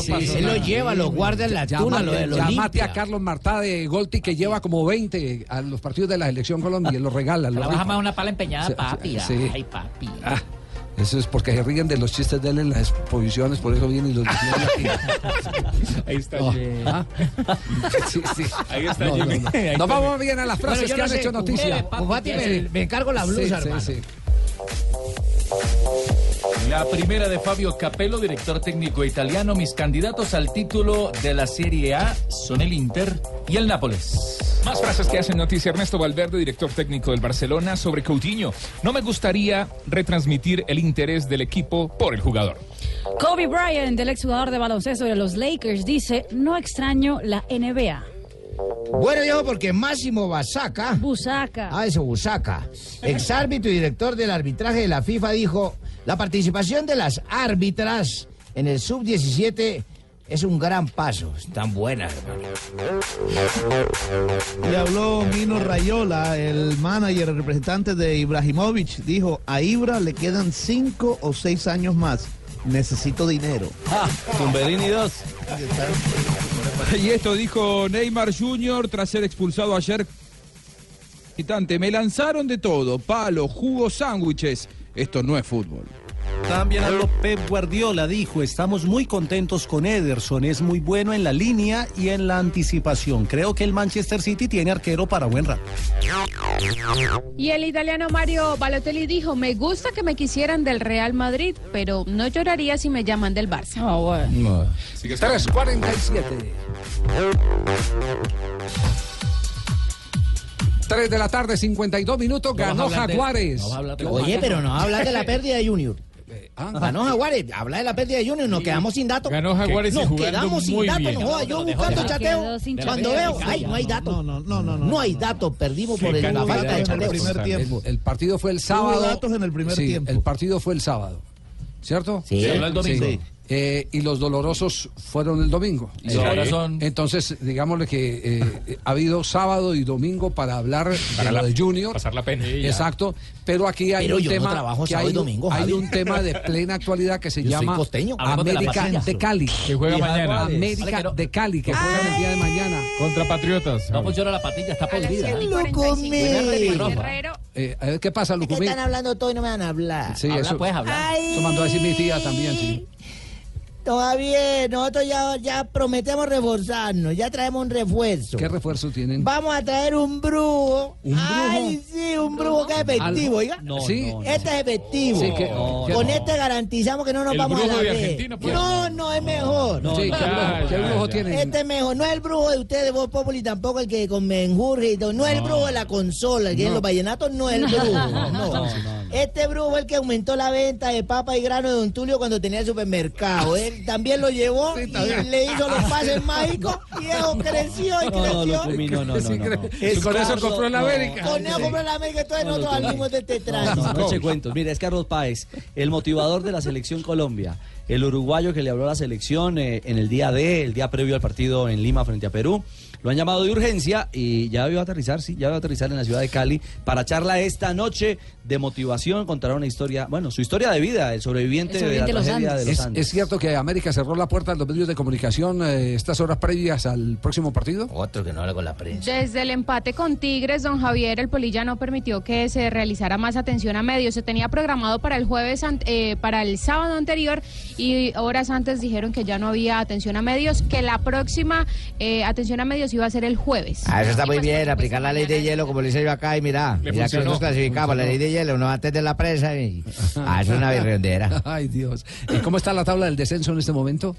Speaker 12: lo lleva, lo guarda en la tuna, lo, lo
Speaker 10: Llamate a
Speaker 12: limpia.
Speaker 10: Carlos Martá de Golti que lleva como 20 a los partidos de la selección Colombia, lo regala. Lo
Speaker 8: Trabaja
Speaker 10: rifa.
Speaker 8: más una pala empeñada,
Speaker 10: Sí,
Speaker 8: papi.
Speaker 10: sí.
Speaker 8: Ay, papi.
Speaker 10: Ah, eso es porque se ríen de los chistes de él en las exposiciones, por eso vienen y los defienden aquí.
Speaker 21: Ahí está.
Speaker 10: Oh,
Speaker 21: Jimmy.
Speaker 10: ¿ah? Sí, sí.
Speaker 21: Ahí está
Speaker 10: No, no,
Speaker 21: Jimmy.
Speaker 10: no.
Speaker 21: Ahí está
Speaker 10: Nos vamos
Speaker 21: Jimmy.
Speaker 10: bien a las
Speaker 12: Bueno,
Speaker 10: frases
Speaker 12: yo
Speaker 10: que
Speaker 12: no
Speaker 10: han
Speaker 12: sé,
Speaker 10: hecho
Speaker 12: ustedes,
Speaker 10: noticia.
Speaker 12: papi, Fati, me- me encargo la blusa, hermano.
Speaker 25: La primera de Fabio Capello, director técnico italiano. Mis candidatos al título de la Serie A son el Inter y el Nápoles.
Speaker 21: Más frases que hacen noticia. Ernesto Valverde, director técnico del Barcelona, sobre Coutinho. No me gustaría retransmitir el interés del equipo por el jugador.
Speaker 13: Kobe Bryant, el exjugador de baloncesto de los Lakers, dice, no extraño la NBA.
Speaker 12: Bueno, viejo, porque Máximo Basaca.
Speaker 13: Busaca.
Speaker 12: Ah, eso, Busaca. Exárbitro y director del arbitraje de la FIFA dijo: La participación de las árbitras en el sub-17 es un gran paso. Están buenas, hermano.
Speaker 15: Y habló Mino Rayola, el manager, el representante de Ibrahimovic. Dijo, a Ibra le quedan cinco o seis años más. Necesito dinero.
Speaker 12: Ah,
Speaker 28: Tumberini 2. Y esto dijo Neymar Jr. tras ser expulsado ayer. Quitante, Me lanzaron de todo, palos, jugos, sándwiches. Esto no es fútbol.
Speaker 34: También habló Pep Guardiola, dijo, estamos muy contentos con Ederson, es muy bueno en la línea y en la anticipación. Creo que el Manchester City tiene arquero para buen rato.
Speaker 30: Y el italiano Mario Balotelli dijo, me gusta que me quisieran del Real Madrid, pero no lloraría si me llaman del Barça.
Speaker 21: Sigue
Speaker 10: 3.47. 3 de la tarde, 52 minutos, ganó
Speaker 24: Ah,
Speaker 10: Jaguares.
Speaker 12: Oye, pero no hablas de la pérdida de Junior.
Speaker 24: Eh,
Speaker 12: Ganó Jaguares, habla de la pérdida de Junior, nos quedamos sin datos.
Speaker 24: Ganó Jaguares y
Speaker 12: Nos
Speaker 24: jugando
Speaker 12: quedamos sin
Speaker 24: muy
Speaker 12: datos,
Speaker 24: bien.
Speaker 12: no joda, Yo
Speaker 24: Dejó-
Speaker 12: buscando
Speaker 24: dejó-
Speaker 12: chateo,
Speaker 24: quedó sin
Speaker 12: cuando
Speaker 24: chateo.
Speaker 12: veo, ay, no hay datos. No, no, no, no. No hay datos, perdimos
Speaker 10: Qué
Speaker 12: por el- la
Speaker 10: cantidad
Speaker 12: falta de
Speaker 10: de
Speaker 12: chateo.
Speaker 10: errores. El, el partido fue el sábado. Sí, El partido fue el sábado. ¿Cierto?
Speaker 12: Sí. Se habló el domingo.
Speaker 10: Sí. Eh, y los dolorosos fueron el domingo.
Speaker 28: Y ahora son-
Speaker 10: Entonces, digámosle que eh, ha habido sábado y domingo para hablar
Speaker 21: Para
Speaker 10: de
Speaker 21: la-
Speaker 10: lo de Junior.
Speaker 21: pasar la pena. Sí, ya.
Speaker 10: Exacto. Pero aquí hay
Speaker 12: Pero
Speaker 10: un
Speaker 12: yo no
Speaker 10: tema.
Speaker 12: trabajo
Speaker 10: que
Speaker 12: sábado
Speaker 10: hay,
Speaker 12: y domingo,
Speaker 10: hay
Speaker 12: Javi.
Speaker 10: un tema de plena actualidad que se
Speaker 12: Yo soy
Speaker 10: llama
Speaker 12: costeño. Hablemos de la
Speaker 10: América
Speaker 12: pasión.
Speaker 10: de Cali.
Speaker 12: Que juega
Speaker 10: Y
Speaker 12: mañana.
Speaker 10: Jaguares. América de Cali, que juega el día de mañana.
Speaker 24: Contra Patriotas.
Speaker 8: No funciona la patilla, está podrida.
Speaker 10: Eh, a ver, ¿Qué pasa,
Speaker 29: ¿Qué
Speaker 10: Lucumí?
Speaker 29: están hablando todo y no me van a hablar?
Speaker 10: Sí, eso.
Speaker 29: Ay,
Speaker 10: Eso mandó a decir mi tía también, sí.
Speaker 29: Todavía, nosotros ya, ya prometemos reforzarnos, ya traemos un refuerzo.
Speaker 10: ¿Qué refuerzo tienen?
Speaker 29: Vamos a traer un brujo.
Speaker 10: ¿Un brujo?
Speaker 29: Ay, sí, un brujo que es efectivo,
Speaker 10: Al-
Speaker 29: oiga.
Speaker 10: No, Sí. no, no.
Speaker 29: Este es efectivo.
Speaker 10: Sí, que- No,
Speaker 29: Con
Speaker 10: no.
Speaker 29: este garantizamos que no nos
Speaker 10: El
Speaker 29: vamos
Speaker 10: brujo
Speaker 29: a la
Speaker 10: de
Speaker 29: red.
Speaker 10: Argentina, pues.
Speaker 29: No, no, es mejor.
Speaker 10: No, Sí, no, ¿qué no, brujo- ya, qué ya, brujo ya. tienen?
Speaker 29: Este es mejor. No es el brujo de ustedes de Voz Populi, tampoco el que con Menjurje y todo. No es el brujo de la consola, el que en los vallenatos no es el brujo. No, Este brujo es el que aumentó la venta de papa y grano de Don Tulio cuando tenía el supermercado. Él también lo llevó y le hizo los pases mágicos y eso creció y
Speaker 11: No, no,
Speaker 29: creció.
Speaker 11: Lucumí, no, no, no, no.
Speaker 10: Es con eso compró la
Speaker 11: no.
Speaker 10: América.
Speaker 29: Con eso compró la América, entonces
Speaker 11: No,
Speaker 29: nosotros
Speaker 11: Lucumí.
Speaker 29: salimos de este
Speaker 11: No,
Speaker 29: tránsito.
Speaker 11: no, no, no eche cuentos.
Speaker 34: Mira, es Carlos Páez,
Speaker 11: el motivador de la selección Colombia, el uruguayo que le habló a la selección eh, en el día D, el día previo al partido en Lima frente a Perú. Lo han llamado de urgencia y ya debió aterrizar, sí, ya debió aterrizar en la ciudad de Cali para charla esta noche de motivación, contar una historia, bueno, su historia de vida, el sobreviviente, de la tragedia de los
Speaker 10: Es,
Speaker 11: Andes.
Speaker 10: es cierto que América cerró la puerta a los medios de comunicación eh, estas horas previas al próximo partido?
Speaker 12: Otro que no habla con la prensa.
Speaker 30: Desde el empate con Tigres, don Javier, el Polilla no permitió que se realizara más atención a medios. Se tenía programado para el jueves, an- eh, para el sábado anterior y horas antes dijeron que ya no había atención a medios, que la próxima eh, atención a medios iba a ser el jueves.
Speaker 12: Ah, eso está muy bien, aplicar la ley de hielo como lo hice yo acá y mirá, mirá
Speaker 10: Le
Speaker 12: que
Speaker 10: funcionó,
Speaker 12: nosotros clasificamos la ley de hielo, uno antes de la presa y... Ah, eso es una birriondera.
Speaker 10: Ay, Dios. ¿Y cómo está la tabla del descenso en este momento?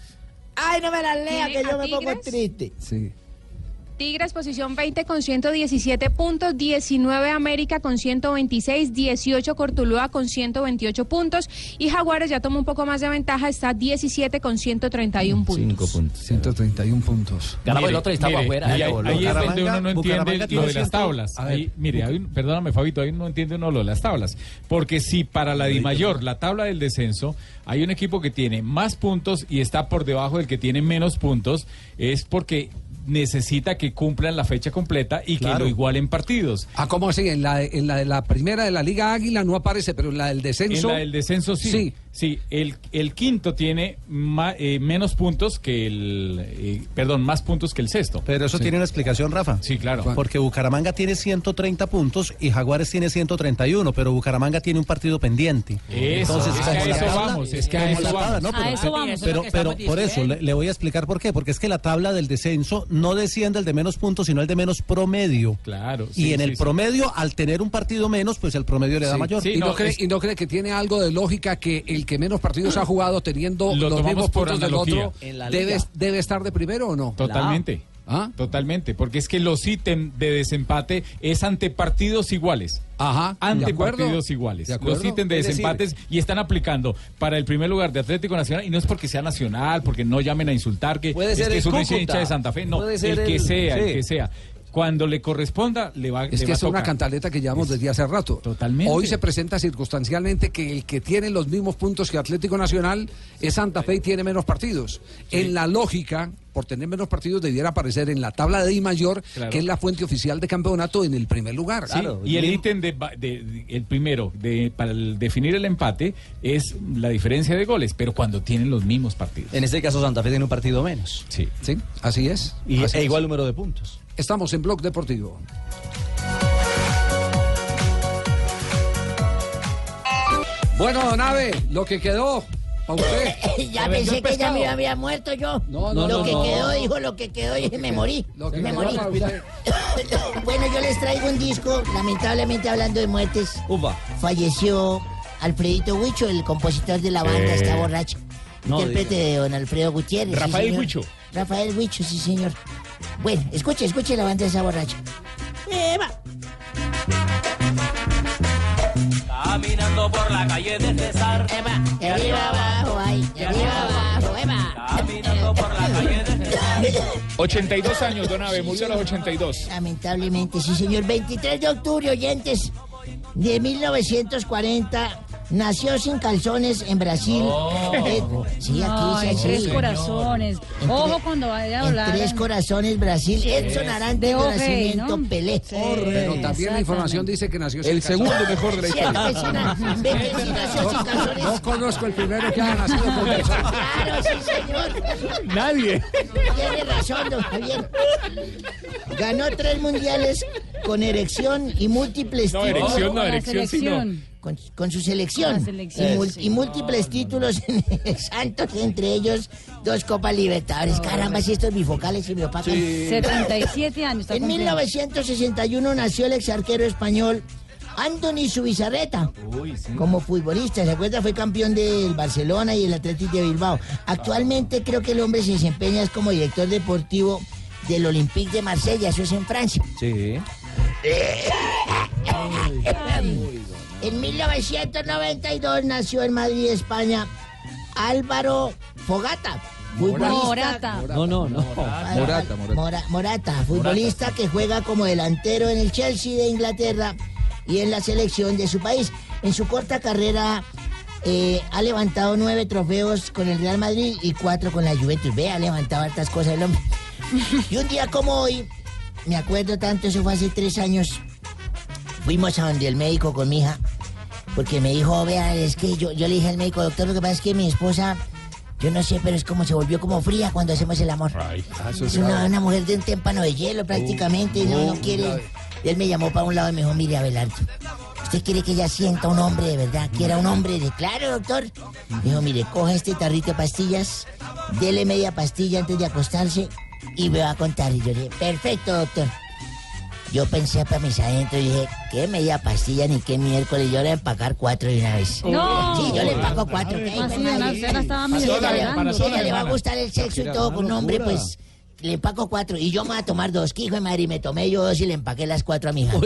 Speaker 29: Ay, no me la lea,
Speaker 30: Mire,
Speaker 29: que yo
Speaker 30: a
Speaker 29: me pongo
Speaker 30: Tigres.
Speaker 29: triste.
Speaker 10: Sí.
Speaker 30: Tigres posición 20 con 117 puntos, 19 América con 126, 18 Cortuluá con 128 puntos y Jaguares ya toma un poco más de ventaja, está 17 con 131 puntos.
Speaker 10: 131 puntos.
Speaker 24: Mire, mire, y ahí- ahí es donde uno no entiende
Speaker 10: Bucaramanga
Speaker 24: el- lo de
Speaker 10: tiene
Speaker 24: las tablas.
Speaker 10: ciento- A ver,
Speaker 24: Ahí, mire, hay un- perdóname, Fabito, ahí no entiende uno lo de las tablas. Porque si para la Di Mayor, la tabla del descenso, hay un equipo que tiene más puntos y está por debajo del que tiene menos puntos, es porque necesita que cumplan la fecha completa y
Speaker 10: Claro.
Speaker 24: que lo igualen partidos.
Speaker 10: Ah, ¿cómo así? En la, en la de la primera de la Liga Águila no aparece, pero en la del descenso.
Speaker 24: En la del descenso sí. Sí, el, el quinto tiene ma- eh, menos puntos que el. eh, perdón, más puntos que el sexto.
Speaker 34: Pero eso
Speaker 24: Sí.
Speaker 34: tiene una explicación, Rafa.
Speaker 24: Sí, claro.
Speaker 34: Porque Bucaramanga tiene 130 puntos y Jaguares tiene 131, pero Bucaramanga tiene un partido pendiente.
Speaker 24: Eso, es que a
Speaker 34: como la
Speaker 24: eso
Speaker 34: tabla-
Speaker 24: vamos, es que a
Speaker 34: como
Speaker 24: eso
Speaker 34: la tabla,
Speaker 24: vamos.
Speaker 34: no, pero,
Speaker 24: A eso vamos, eso es
Speaker 34: Pero,
Speaker 24: lo que
Speaker 34: pero
Speaker 24: estamos
Speaker 34: por eso le, le voy a explicar por qué, porque es que la tabla del descenso no desciende el de menos puntos, sino el de menos promedio.
Speaker 24: Claro.
Speaker 34: y
Speaker 10: sí,
Speaker 34: en
Speaker 10: sí,
Speaker 34: el
Speaker 10: sí.
Speaker 34: promedio, al tener un partido menos, pues el promedio le da
Speaker 10: Sí.
Speaker 34: mayor.
Speaker 10: ¿Y, no, cree, y no cree que tiene algo de lógica que el que menos partidos ha jugado teniendo
Speaker 34: Lo
Speaker 10: los
Speaker 34: tomamos
Speaker 10: mismos
Speaker 34: por
Speaker 10: puntos del
Speaker 24: analogía.
Speaker 10: otro
Speaker 24: En la
Speaker 10: debe,
Speaker 24: liga.
Speaker 10: debe estar de primero o no?
Speaker 24: Totalmente.
Speaker 10: Ah.
Speaker 24: Totalmente, porque es que los ítems de desempate es ante partidos iguales.
Speaker 10: Ajá.
Speaker 24: Ante
Speaker 10: de acuerdo.
Speaker 24: partidos iguales.
Speaker 10: De acuerdo.
Speaker 24: los ítems de
Speaker 10: Es decir-
Speaker 24: desempates y están aplicando para el primer lugar de Atlético Nacional y no es porque sea nacional, porque no llamen a insultar que
Speaker 11: Puede
Speaker 24: es
Speaker 11: ser
Speaker 24: que
Speaker 11: el
Speaker 24: es un hincha
Speaker 11: Cúcuta.
Speaker 24: de Santa Fe, no,
Speaker 10: Puede
Speaker 24: el
Speaker 10: ser
Speaker 24: que
Speaker 10: el-
Speaker 24: sea, el
Speaker 10: sí.
Speaker 24: que sea. Cuando le corresponda le va
Speaker 10: Es
Speaker 24: le
Speaker 10: que
Speaker 24: va a
Speaker 10: es una
Speaker 24: tocar.
Speaker 10: cantaleta que llevamos desde hace rato. Totalmente. Hoy se presenta circunstancialmente que el que tiene los mismos puntos que Atlético Nacional es Santa Fe y tiene menos partidos. En la lógica, por tener menos partidos, debiera aparecer en la tabla de I mayor,
Speaker 24: Claro.
Speaker 10: que es la fuente oficial de campeonato, en el primer lugar.
Speaker 24: Sí, y el ítem de, ba- de- de- el primero de, para el- definir el empate es la diferencia de goles, pero cuando tienen los mismos partidos.
Speaker 11: En este caso, Santa Fe tiene un partido menos.
Speaker 24: Sí.
Speaker 10: Sí, así es.
Speaker 11: Y
Speaker 10: Así
Speaker 11: e
Speaker 10: es.
Speaker 11: igual número de puntos.
Speaker 10: Estamos en Blog Deportivo. Bueno, don Ave, lo que quedó para usted.
Speaker 36: ya pensé que ya me había muerto yo.
Speaker 10: no,
Speaker 36: lo
Speaker 10: no,
Speaker 36: que
Speaker 10: no.
Speaker 36: quedó, dijo lo que quedó, y me morí.
Speaker 10: Lo que
Speaker 36: me
Speaker 10: quedó
Speaker 36: morí.
Speaker 10: para usted.
Speaker 36: bueno, yo les traigo un disco, lamentablemente hablando de muertes. Falleció Alfredito Huicho, el compositor de la banda,
Speaker 31: Eh,
Speaker 36: está borracho.
Speaker 31: no,
Speaker 36: Intérprete
Speaker 31: diga.
Speaker 36: de don Alfredo Gutiérrez. sí,
Speaker 31: Rafael
Speaker 36: señor.
Speaker 31: Huicho.
Speaker 36: Rafael Huicho, sí, señor. Bueno, escuche, escuche la banda está borracho. Eva.
Speaker 19: Caminando por la calle de César.
Speaker 36: De arriba abajo, ay, de arriba abajo, Eva.
Speaker 19: Caminando por la calle de César.
Speaker 24: 82 años, Don Ave, murió a los 82.
Speaker 36: Lamentablemente, sí, señor. 23 de octubre, oyentes de 1940. Nació sin calzones en Brasil. Eh, sí, aquí
Speaker 13: Ay,
Speaker 36: dice
Speaker 13: tres
Speaker 36: así.
Speaker 13: corazones. Ojo cuando vaya a
Speaker 36: En
Speaker 13: hablar.
Speaker 36: tres corazones Brasil.
Speaker 13: Sí.
Speaker 36: Edson Arantes
Speaker 13: De
Speaker 36: de
Speaker 13: OJ,
Speaker 36: Nacimiento
Speaker 13: ¿no?
Speaker 36: Pelé.
Speaker 10: Pero también la información dice que nació sin
Speaker 28: El
Speaker 10: calzones.
Speaker 28: segundo mejor de la
Speaker 36: Sí,
Speaker 28: historia.
Speaker 36: vecina, ve que sí nació sin calzones.
Speaker 10: No conozco el primero que ha nacido con calzones.
Speaker 36: Claro, sí, señor.
Speaker 24: Nadie.
Speaker 36: Tiene razón, don Javier. Ganó tres mundiales con erección y múltiples
Speaker 24: No,
Speaker 36: títulos.
Speaker 24: erección no, Con la erección sí, no. selección.
Speaker 36: Con, con su selección.
Speaker 13: Con la selección,
Speaker 36: y, mul-
Speaker 13: sí.
Speaker 36: y múltiples títulos en Santos, entre ellos dos Copas Libertadores. Caramba, si estos bifocales se me opacan.
Speaker 13: 77 años. está
Speaker 36: En
Speaker 13: cumpliendo.
Speaker 36: 1961 nació el ex arquero español Anthony Subizarreta. Como futbolista, ¿se acuerda? Fue campeón del Barcelona y el Atlético de Bilbao. Actualmente creo que el hombre se desempeña como director deportivo del Olympique de Marsella, eso es en Francia.
Speaker 11: Sí.
Speaker 36: En 1992 nació en Madrid, España, Álvaro Fogata. futbolista-
Speaker 13: Morata.
Speaker 11: No, no, no.
Speaker 36: Morata, Mora- Morata, futbolista que juega como delantero en el Chelsea de Inglaterra y en la selección de su país. En su corta carrera eh, ha levantado nueve trofeos con el Real Madrid y cuatro con la Juventus. Ve, ha levantado hartas cosas el hombre. Y un día como hoy, me acuerdo tanto, eso fue hace tres años, fuimos a donde el médico con mi hija, porque me dijo, vea, es que yo, yo le dije al médico, doctor, lo que pasa es que mi esposa... Yo no sé, pero es como se volvió como fría cuando hacemos el amor.
Speaker 10: eso
Speaker 36: es
Speaker 10: es
Speaker 36: una,
Speaker 10: grave.
Speaker 36: una mujer de un témpano de hielo prácticamente, y no,
Speaker 10: muy
Speaker 36: no quiere.
Speaker 10: grave.
Speaker 36: Y él me llamó para un lado y me dijo, mire Abelardo, ¿usted quiere que ella sienta un hombre de verdad? Que era un hombre de claro, doctor. Me dijo, mire, coja este tarrito de pastillas, dele media pastilla antes de acostarse y me va a contar. Y yo le dije, perfecto, doctor. Yo pensé para mis adentros y dije, ¿qué media pastilla ni qué miércoles? Yo le voy a empacar cuatro de una vez.
Speaker 13: No.
Speaker 36: Sí, yo le empaco cuatro.
Speaker 13: Ay,
Speaker 36: ¿qué?
Speaker 13: no, sí, no, usted la estaba
Speaker 36: Sí,
Speaker 13: medio
Speaker 36: ella le-
Speaker 13: cagando.
Speaker 36: si ella le va a gustar el sexo y todo con un hombre, pues le empaco cuatro. Y yo me voy a tomar dos. Que hijo de madre, y me tomé yo dos y le empaqué las cuatro a mi hija.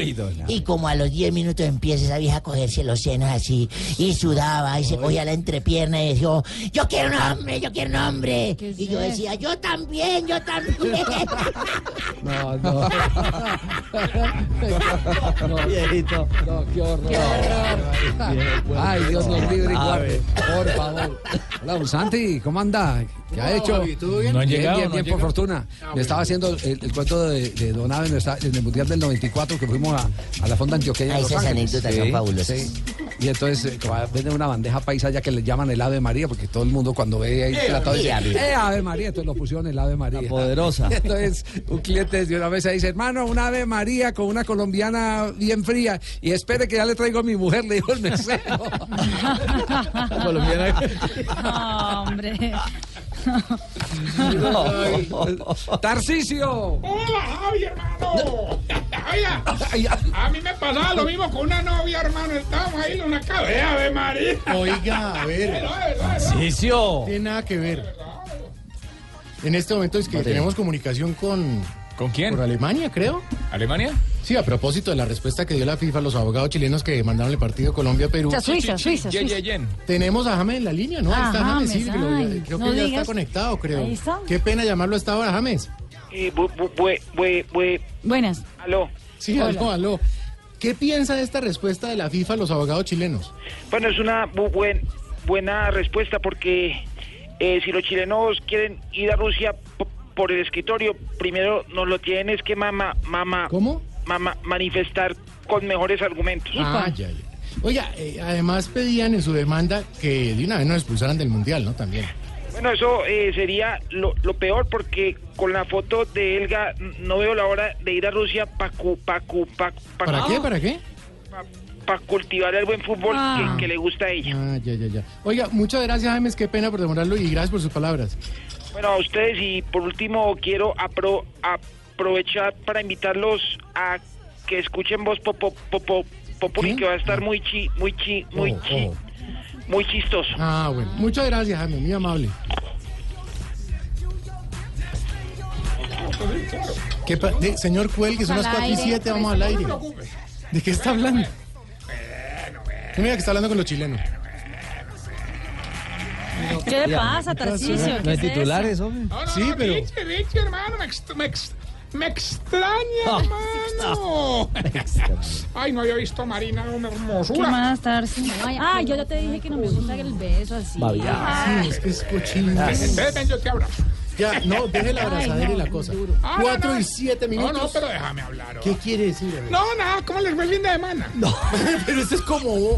Speaker 36: y como a los diez minutos empieza esa vieja a cogerse los senos así. Y sudaba y se cogía la entrepierna y decía, yo quiero un hombre, yo quiero un hombre.
Speaker 31: ¿Qué es
Speaker 36: Y yo
Speaker 31: eso?
Speaker 36: decía, yo también, yo también.
Speaker 10: No, no.
Speaker 11: Viejito.
Speaker 10: No, qué horror. Ay, Dios nos libre y guarde. Por favor. Hola, don Santi, ¿cómo anda? ¿Qué ha
Speaker 31: ¿Cómo va,
Speaker 10: hecho?
Speaker 31: Javi? ¿Todo bien?
Speaker 10: Bien,
Speaker 31: No han llegado, no
Speaker 10: bien,
Speaker 31: han
Speaker 10: bien, por
Speaker 31: llegado.
Speaker 10: fortuna.
Speaker 31: Ah,
Speaker 10: Me
Speaker 31: bueno.
Speaker 10: estaba haciendo el, el cuento de, de Don Ave en esta- en el Mundial del 94 que fuimos a, a la Fonda Antioqueña.
Speaker 36: Ay,
Speaker 10: de Los
Speaker 36: Ah, esas
Speaker 10: Ángeles.
Speaker 36: anécdotas son fabulosas.
Speaker 10: Y entonces eh, como venden una bandeja paisa ya que le llaman el Ave María porque todo el mundo cuando ve ahí
Speaker 11: Eh,
Speaker 10: platado dice,
Speaker 11: Ave María.
Speaker 10: "Eh, Ave María! Entonces lo pusieron el Ave María.
Speaker 11: poderosa.
Speaker 10: Entonces, un cliente de una vez dice, hermano, un ave María con una colombiana bien fría. Y espere que ya le traigo a mi mujer, le dijo el mesero. colombiana.
Speaker 13: No, hombre.
Speaker 10: Tarcicio.
Speaker 37: Hola, Javi, hermano. Oiga, a mí me pasaba lo mismo con una novia, hermano. Estábamos ahí en una cabeza, Ave María.
Speaker 31: Oiga, a ver.
Speaker 8: Tarcisio.
Speaker 31: Tiene nada que ver. En este momento es que
Speaker 8: Vale.
Speaker 31: tenemos comunicación con.
Speaker 21: ¿Con quién?
Speaker 31: Con Alemania, creo.
Speaker 21: ¿Alemania?
Speaker 31: Sí, a propósito de la respuesta que dio la FIFA a los abogados chilenos que mandaron el partido Colombia-Perú. O sea, Suiza, Suiza,
Speaker 21: Yen,
Speaker 31: Suiza.
Speaker 21: yen, yen.
Speaker 31: Tenemos a James en la línea, ¿no? Ahí
Speaker 16: Ah,
Speaker 31: está James,
Speaker 16: James,
Speaker 31: sí, que lo-
Speaker 16: ay,
Speaker 31: creo
Speaker 16: no
Speaker 31: que ya
Speaker 16: digas.
Speaker 31: está conectado, creo.
Speaker 16: Ahí está.
Speaker 31: Qué pena llamarlo hasta ahora, James.
Speaker 16: Eh,
Speaker 13: Buenas.
Speaker 31: Aló. Sí,
Speaker 16: Hola.
Speaker 31: aló, aló. ¿Qué piensa de esta respuesta de la FIFA a los abogados chilenos?
Speaker 16: Bueno, es una bu- buen- buena respuesta porque eh, si los chilenos quieren ir a Rusia p- por el escritorio, primero nos lo tienen es que mama, mama,
Speaker 31: ¿Cómo?
Speaker 16: mama, manifestar con mejores argumentos.
Speaker 31: Ah, ya, ya. Oiga, eh, además pedían en su demanda que de una vez nos expulsaran del Mundial, ¿no? También.
Speaker 16: Bueno, eso eh, sería lo, lo peor porque con la foto de Elga n- no veo la hora de ir a Rusia para
Speaker 31: ¿Para qué? ¿Para qué?
Speaker 16: cultivar el buen fútbol
Speaker 31: Ah.
Speaker 16: que, que le gusta a ella.
Speaker 31: Ah, ya, ya, ya. Oiga, muchas gracias, James. Qué pena por demorarlo y gracias por sus palabras.
Speaker 16: Bueno, a ustedes y por último quiero apro- aprovechar para invitarlos a que escuchen Voz Popo, Popo- Populi, que va a estar muy chi, muy chi, muy chi, muy chistoso.
Speaker 31: Ah, bueno. Muchas gracias, Jaime. Muy amable. ¿Qué pa- de- señor Cuel, que son las 4 y 7, vamos al aire. ¿De qué está hablando? No mira que está hablando con los chilenos.
Speaker 13: ¿Qué le pasa, Tarcicio? ¿Qué es eso?
Speaker 31: Sí, pero...
Speaker 37: Richie, Richie, hermano, me, ex- me ex- me
Speaker 31: Ah.
Speaker 37: extraña, hermano. Ay, no había visto a Marina, una
Speaker 13: ¿Qué
Speaker 37: hermosura.
Speaker 13: más, Tarcicio? Ah, yo ya te dije que no me gusta el beso así.
Speaker 31: Babiado. Sí, es que es cochino.
Speaker 37: Ven, ven, yo te abrazo.
Speaker 31: Ya, no, deje la abrazadera y la cosa.
Speaker 37: Ah, no,
Speaker 31: 4
Speaker 37: no.
Speaker 31: y 7 minutos.
Speaker 37: No, no, pero déjame hablar.
Speaker 31: ¿Qué quiere decir? a ver?
Speaker 37: No, nada, ¿cómo les fue el fin de semana?
Speaker 31: No, pero esto es como vos.